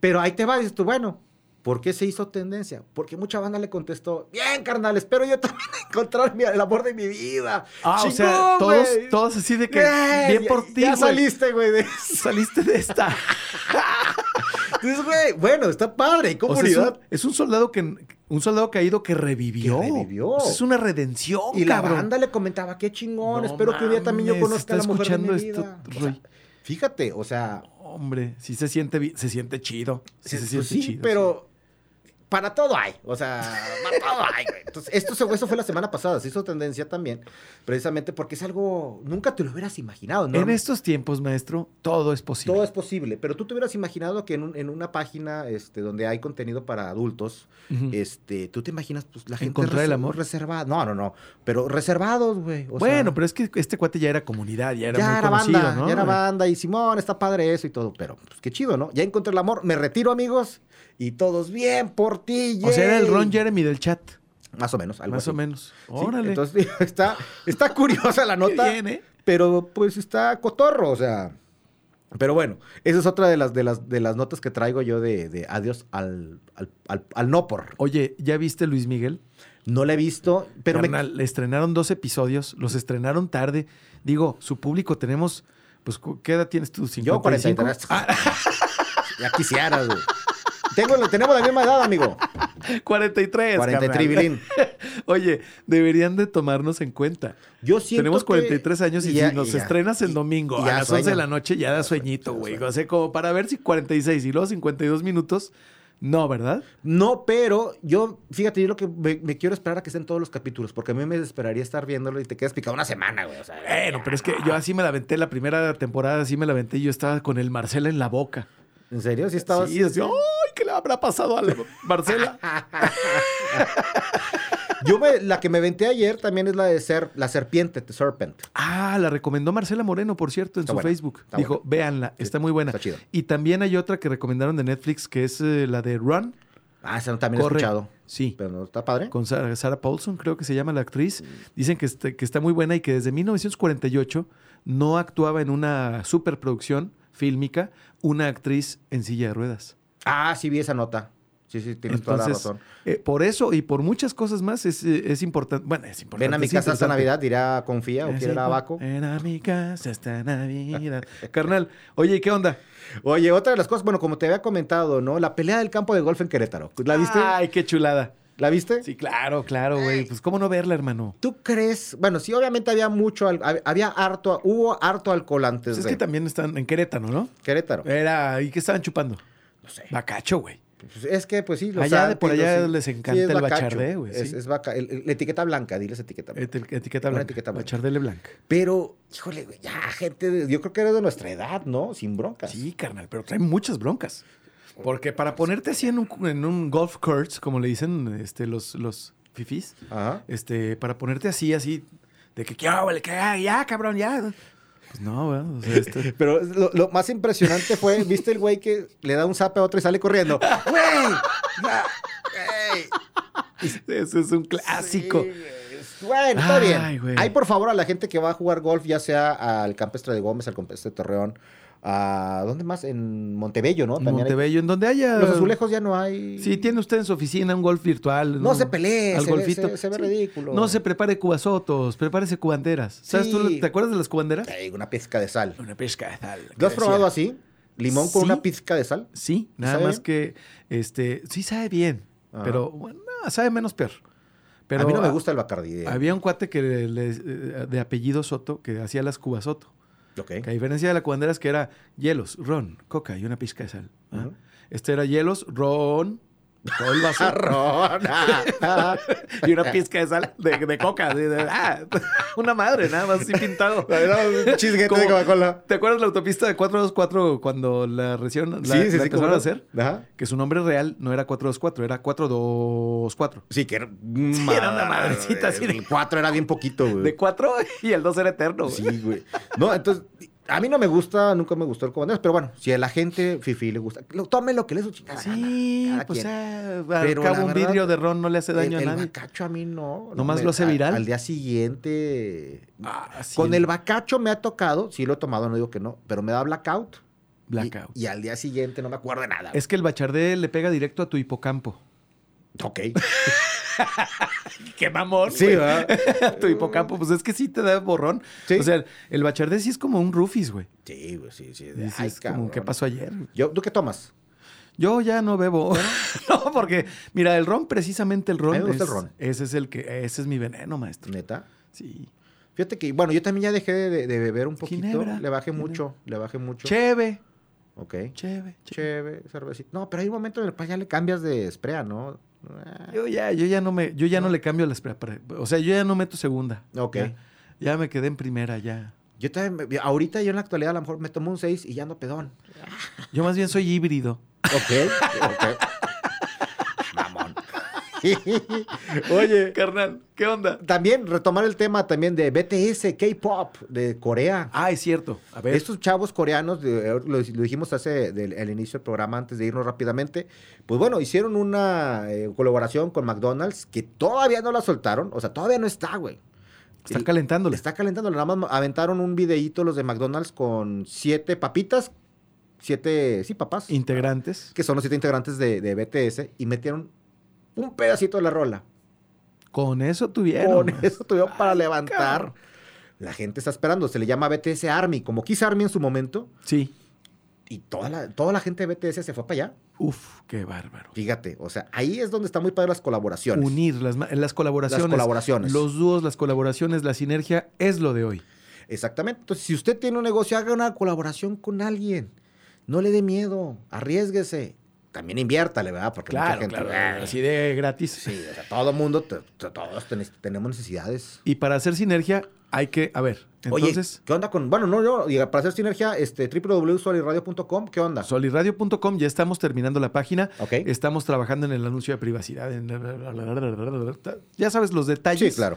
Pero ahí te va, dices tú, bueno, ¿por qué se hizo tendencia? Porque mucha banda le contestó, bien carnal, espero yo también *laughs* encontrar mi- el amor de mi vida.
Ah, o sea,
Chingón,
todos,
güey.
todos así de que.
Güey,
bien
ya-
por ti.
Ya
güey.
saliste, güey, de *laughs* eso.
Saliste de esta.
Dices, güey, bueno, está padre,
*laughs* O sea, es,
comunidad.
un, es un soldado que un soldado caído que revivió.
Que revivió.
Eso Es una redención,
y la
oh, cabrón.
banda le comentaba, qué chingón,
No
espero que un día también yo
mames,
conozca a la
está
mujer de mi
escuchando
vida.
esto,
O sea,
Roy.
fíjate, o sea,
Hombre, sí se siente bi- se siente chido. Sí, se
pues
siente
sí,
chido.
pero para todo hay, o sea, para todo hay, güey. Entonces, esto se- eso fue la semana pasada, se hizo tendencia también, precisamente porque es algo, nunca te lo hubieras imaginado,
sí.
¿no?
En estos tiempos, maestro, todo es posible.
Todo es posible, pero tú te hubieras imaginado que en, un- en una página este, donde hay contenido para adultos,
Ujú.
este, tú te imaginas, pues la gente
Encontrar el
reser-
amor.
reservada. No, no, no. Pero reservados, güey. o
bueno,
sea,
pero es que este cuate ya era comunidad, ya era
ya
muy
era
conocido,
banda,
¿no? Eh.
ya era banda. Y Simón, está padre eso y todo. Pero, pues qué chido, ¿no? Ya encontré el amor, me retiro, amigos. Y todos bien por ti.
O sea, era el
yay".
Ron Jeremy del chat,
Más o menos, algo
más o
así.
menos.
Sí,
Órale.
Entonces, *laughs*
*laughs*
está, está curiosa la
Qué
nota.
bien, ¿eh?
Pero pues está cotorro, o sea. Pero bueno, esa es otra de las, de las, de las notas que traigo yo de, de adiós al, al, al, al no por.
Oye, ¿ya viste Luis Miguel?
No la he visto, pero
Pero
me-
le estrenaron dos episodios, los estrenaron tarde. Digo, su público tenemos, pues, cu- ¿qué edad tienes tú? ¿55?
yo 43. Ah. *laughs* ya quisieras, güey. Tengo, tenemos la misma
*laughs*
edad, amigo.
Ah, 43.
43
carnal.
bilín.
Oye, deberían de tomarnos en cuenta.
Yo siento
Tenemos
que-
43 años y,
ya-
si nos
y ya-
estrenas el
y-
domingo
y
a
ya
las
sueño.
11 de la noche ya da sueñito, güey. O sea, como para ver si 46 y luego 52 minutos. No, ¿verdad?
No, pero yo, fíjate, yo lo que me, me quiero esperar a que estén todos los capítulos, porque a mí me desesperaría estar viéndolo y te quedas picado una semana, güey. O sea,
Bueno, pero es que yo así me la aventé la primera temporada, así me la aventé y yo estaba con el Marcela en la boca.
¿En serio? Sí estabas.
Sí, así, ¡ay! ¿Qué le habrá pasado a la Marcela?
Yo me, la que me venté ayer también es la de ser la serpiente, The Serpent.
Ah, la recomendó Marcela Moreno, por cierto, en
Está
su
buena,
Facebook.
está
Dijo, véanla, está muy buena.
está chida.
Y también hay otra que recomendaron de Netflix, que es eh, la de Run.
Ah, esa no- también la he
Corre.
escuchado.
Sí.
Pero no está padre.
con Sara, Sarah Paulson, creo que se llama la actriz. Dicen que, este- que está muy buena y que desde 1948 no actuaba en una superproducción fílmica una actriz en silla de ruedas.
Ah, sí vi esa nota. Sí, sí, tienes toda la
Entonces,
razón.
eh, por eso y por muchas cosas más es, eh, es importante. Bueno, es importante.
Ven a mi
es
casa esta
interesante.
Navidad, dirá confía o
Eh,
quiere
sí,
la abaco.
Ven a mi casa esta Navidad. *laughs* Carnal, oye, ¿y qué onda?
Oye, otra de las cosas, bueno, como te había comentado, ¿no? La pelea del campo de golf en Querétaro.
Ah.
¿La viste?
Ay, qué chulada.
¿La viste?
Sí, claro, claro, güey. Pues cómo no verla, hermano.
¿Tú crees? Bueno, sí, obviamente había mucho, al- hab- había harto, hubo harto alcohol antes
Pues es
de
que eh, también están en Querétaro, ¿no?
Querétaro.
Era, ¿y qué estaban chupando?
no sé.
Bacacho, güey.
Pues es que, pues sí, los
Allá de por
antes,
allá
los-
les encanta
es
el
bacacho.
bacardé, güey,
Es,
sí. Eh,
es baca- el- el- la etiqueta blanca, diles etiqueta blanca.
Eti- Etiqueta
Una
blanca.
etiqueta blanca.
Bachardele blanca.
Pero, híjole, güey, ya, gente, de- yo creo que era de nuestra edad, ¿no? Sin broncas.
Sí, carnal, pero traen muchas broncas. Porque para ponerte así en un, en un golf course, como le dicen este, los, los fifís,
Ajá.
este, para ponerte así, así, de que "¿Qué hago, le que ya, ya, cabrón, ya. Pues no, güey. O sea, este. esto-
*laughs* Pero lo, lo más impresionante fue, ¿viste el güey que le da un zape a otro y sale corriendo? ¡Güey! Ya, güey.
*laughs* eso es un clásico.
Sí, es- Bueno, está
Ay,
bien.
güey.
Ahí, por favor, a la gente que va a jugar golf, ya sea al Campestre de Gómez, al Campestre de Torreón, a... ¿Dónde más? En Montebello, ¿no?
En
También hay-
Montebello, en donde haya.
Los azulejos ya no hay...
Si tiene usted en su oficina un golf virtual.
No se pelee,
al
se ve-
golfito.
se- se ve
Sí.
ridículo.
No se prepare cubasotos, prepárese cubanderas. ¿Sabes
Sí.
tú? ¿Te acuerdas de las cubanderas?
Ey, una pizca de sal.
Una pesca de sal.
¿Lo has
que decía.
probado así? ¿Limón con
Sí.
una pizca de sal?
Sí, nada
¿Sabe
más
bien?
que este sí sabe bien,
Ajá.
pero bueno, no, sabe menos peor. Pero
a mí no me
ah,
gusta el eh. bacardí. de-
Había un cuate que le- eh, de apellido Soto que hacía las cubas Soto.
Ok.
Que a diferencia de la cubanderas que era hielos, ron, coca y una pizca de sal. ¿ah?
Ujú.
Este era hielos, ron, todo
Ah,
el vaso
*laughs* Arrona.
*laughs* y una pizca de sal de, de coca. de- de- ah, *laughs* una madre, nada más así pintado.
*laughs* Un chisguete
Como-
de Coca-Cola.
¿Te acuerdas la autopista de 424 cuando la recién la, la
¿cómo
empezaron
no?
a hacer?
Ajá.
Que su nombre real no era 424, era 424.
Sí, que era,
era una madrecita así de-
El cuatro era bien poquito, güey.
De 4 *laughs* y el 2 era eterno. güey.
Sí, güey. No, entonces, a mí no me gusta, nunca me gustó el comandante, pero bueno, si a la gente fifi le gusta, lo, tomen lo que le su chingada.
Sí,
gana, cada
pues
quien.
ah,
Pero
al cabo
la
un
verdad,
vidrio de ron no le hace daño
el,
a
El
nadie.
bacacho a mí no.
Nomás
me-
lo hace
al-
viral.
Al, día siguiente.
Ah, sí,
Con el bacacho me ha tocado, sí lo he tomado, no digo que no, pero me da blackout. Y-
blackout.
Y, al día siguiente no me acuerdo de nada.
Es que el bachardé le pega directo a tu hipocampo.
Ok.
¡Qué mamón!
Sí, ¿verdad?
*laughs* a tu hipocampo, pues es que sí te da borrón.
Sí.
O sea, el bachardé sí es como un rufis, güey.
Sí, güey, sí, sí.
Dices,
Ay,
como,
cabrón.
¿qué pasó ayer?
Yo, ¿Tú qué tomas?
Yo ya no bebo. *laughs* no, porque, mira, el ron, precisamente el ron.
A mí me gusta
es-
el ron.
Ese es el que, ese es mi veneno, maestro.
Neta.
Sí.
Fíjate que, bueno, yo también ya dejé de, de beber un poquito.
Ginebra,
le bajé
ginebra.
mucho, le bajé mucho.
Cheve,
Ok.
cheve, cheve.
Cheve, cervecita. No, pero hay un momento en el cual ya le cambias de sprea, ¿no? Ah,
Yo ya, yo ya no me, yo ya no le cambio las pre- pre- o sea, yo ya no meto segunda.
Ok.
Ya, Ya me quedé en primera ya.
Yo también, me- ahorita yo en la actualidad a lo mejor me tomo un 6 y ya ando pedón.
Yo más bien soy híbrido.
Ok, ok. Mamón. *laughs* Oye,
Eh, Carnal, ¿qué onda?
también retomar el tema también de BTS, K-pop, de Corea.
Ah, es cierto. A ver.
Estos chavos coreanos, de- eh, lo, lo dijimos hace del el inicio del programa, antes de irnos rápidamente, pues bueno, hicieron una eh, colaboración con McDonald's que todavía no la soltaron, o sea, todavía no está, güey.
Están
El-
calentándola.
Está calentándola. Nada más aventaron un videíto los de McDonald's con siete papitas siete, sí, papás,
Integrantes
que son los siete integrantes de, de BTS, y metieron un pedacito de la rola.
con eso tuvieron.
Con *laughs* eso tuvieron para levantar. La gente está esperando. Se le llama BTS Army, como quiso Army en su momento.
Sí.
Y toda la, toda la gente de BTS se fue para allá.
Uf, qué bárbaro.
Fíjate, o sea, ahí es donde están muy padres las colaboraciones.
Unir las, ma- las colaboraciones.
Las colaboraciones.
Los dúos, las colaboraciones, la sinergia es lo de hoy.
Exactamente. Entonces, si usted tiene un negocio, haga una colaboración con alguien. No le dé miedo, arriesguese. También inviértale, ¿verdad? Porque mucha gente. "Ah".
Así de gratis.
Sí, o sea, todo mundo, te- te- todos ten- tenemos necesidades.
Y para hacer sinergia hay que, a ver, entonces,
Oye, ¿qué onda con.? Bueno, no, yo, diga, para hacer sinergia, este, www.solirradio.com, ¿qué onda?
solirradio.com, ya estamos terminando la página.
Ok.
Estamos trabajando en el anuncio de privacidad. en- Ya sabes los detalles.
Sí, claro.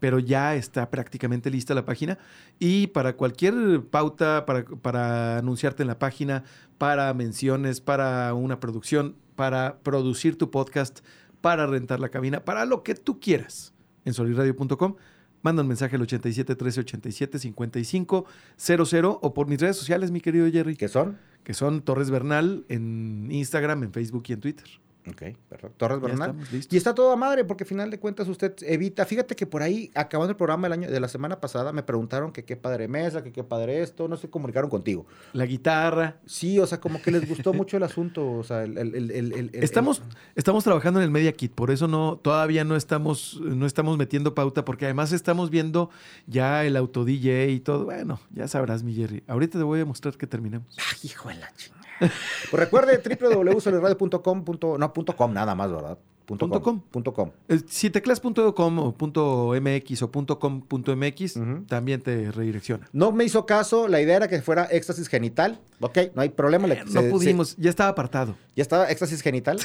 pero ya está prácticamente lista la página. Y para cualquier pauta, para, para anunciarte en la página, para menciones, para una producción, para producir tu podcast, para rentar la cabina, para lo que tú quieras en solirradio.com. Manda un mensaje al 87 13 87 55 00 o por mis redes sociales, mi querido Jerry,
¿Qué son?
que son Torres Bernal en Instagram, en Facebook y en Twitter.
Ok, perfecto. Torres
Ya
Bernal.
estamos listos.
Y está todo a madre, porque al final de cuentas usted evita. Fíjate que por ahí, acabando el programa del año, de la semana pasada, me preguntaron que qué padre mesa, que qué padre esto, no se comunicaron contigo.
La guitarra.
Sí, o sea, como que
*laughs*
les gustó mucho el asunto. O sea, el. el- el- el- el- el-
Estamos, estamos trabajando en el Media Kit, por eso no, todavía no estamos, no estamos metiendo pauta, porque además estamos viendo ya el auto DJ y todo. Bueno, ya sabrás, mi Jerry. Ahorita te voy a mostrar que terminamos.
Ah, hijo de la chingada. Pues recuerde www.solirradio.com. punto- No, punto com, nada más, ¿verdad? Punto
Punto com.
Punto com.
Eh, Si teclas .com o punto .mx o punto .com punto .mx,
Ujú.
también te redirecciona.
No me hizo caso, la idea era que fuera éxtasis genital. Ok, no hay problema. le-
Eh, No
se-
pudimos, ya estaba apartado.
se- ¿Ya estaba éxtasis genital?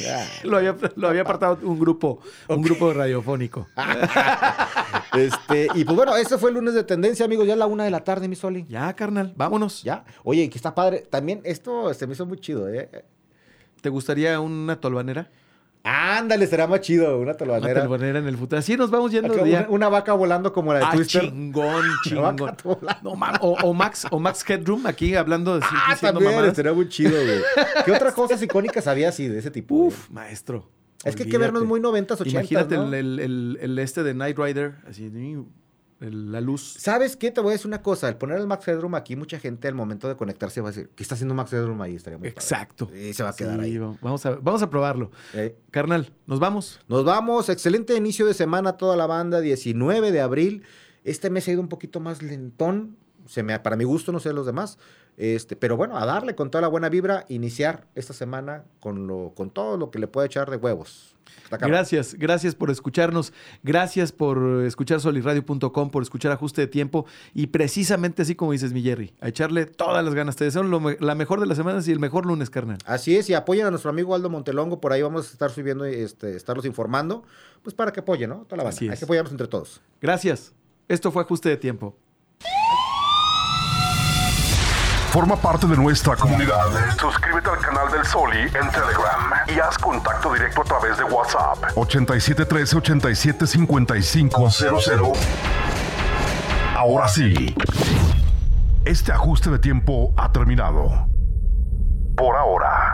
Ya.
*laughs* Lo había, lo había apartado un grupo, un grupo radiofónico.
Este, y pues bueno, ese fue el lunes de tendencia, amigos. Ya es la una de la tarde, mi Soli.
*laughs* Ya, carnal, vámonos.
Ya. Oye, que está padre. También esto se me hizo muy chido, ¿eh?
¿Te gustaría una tolvanera?
Ándale, será más chido. Una
Una
tolvanera.
tolvanera en el futuro. Así nos vamos yendo
Acá
de
Una,
día.
una vaca volando como la de
Ah,
Twister. *laughs*
chingón,
Una
chingón.
vaca volando.
No mames. O, o Max, o Max Headroom aquí hablando de
Ah,
diciendo
también,
mamadas.
estaría muy chido, güey.
*laughs*
¿Qué otras cosas icónicas había así de ese tipo? güey?
Uf, maestro.
es que hay
olvídate.
que vernos muy noventas, ochentas,
Imagínate
¿no?
el, el- el- el este de Knight Rider, así, mm, el- la luz.
¿Sabes qué? Te voy a decir una cosa. Al poner el Max Headroom aquí, mucha gente al momento de conectarse va a decir, ¿qué está haciendo Max Headroom ahí? Estaría muy padre.
Exacto.
Y se va a quedar
Sí,
ahí.
va- Vamos a, vamos a probarlo.
Eh,
Carnal, nos vamos.
Nos vamos, excelente inicio de semana a toda la banda, 19 de abril. Este mes ha ido un poquito más lentón, se me, para mi gusto, no sé los demás. Este, pero bueno, a darle con toda la buena vibra, iniciar esta semana con, lo, con todo lo que le pueda echar de huevos. Está cabrón.
Gracias, gracias por escucharnos, gracias por escuchar solirradio.com, por escuchar ajuste de tiempo y precisamente así como dices mi Jerry, a echarle todas las ganas. Te deseo lo me- la mejor de las semanas y el mejor lunes, carnal.
Así es, y apoyen a nuestro amigo Aldo Montelongo, por ahí vamos a estar subiendo, este, estarlos informando, pues para que apoyen, ¿no? Toda la banda.
Así
Hay
es.
que apoyarnos entre todos.
Gracias. Esto fue ajuste de tiempo.
Forma parte de nuestra comunidad. Suscríbete al canal del Soli en Telegram y haz contacto directo a través de WhatsApp. 8713 875500. Ahora sí. Este ajuste de tiempo ha terminado. Por ahora.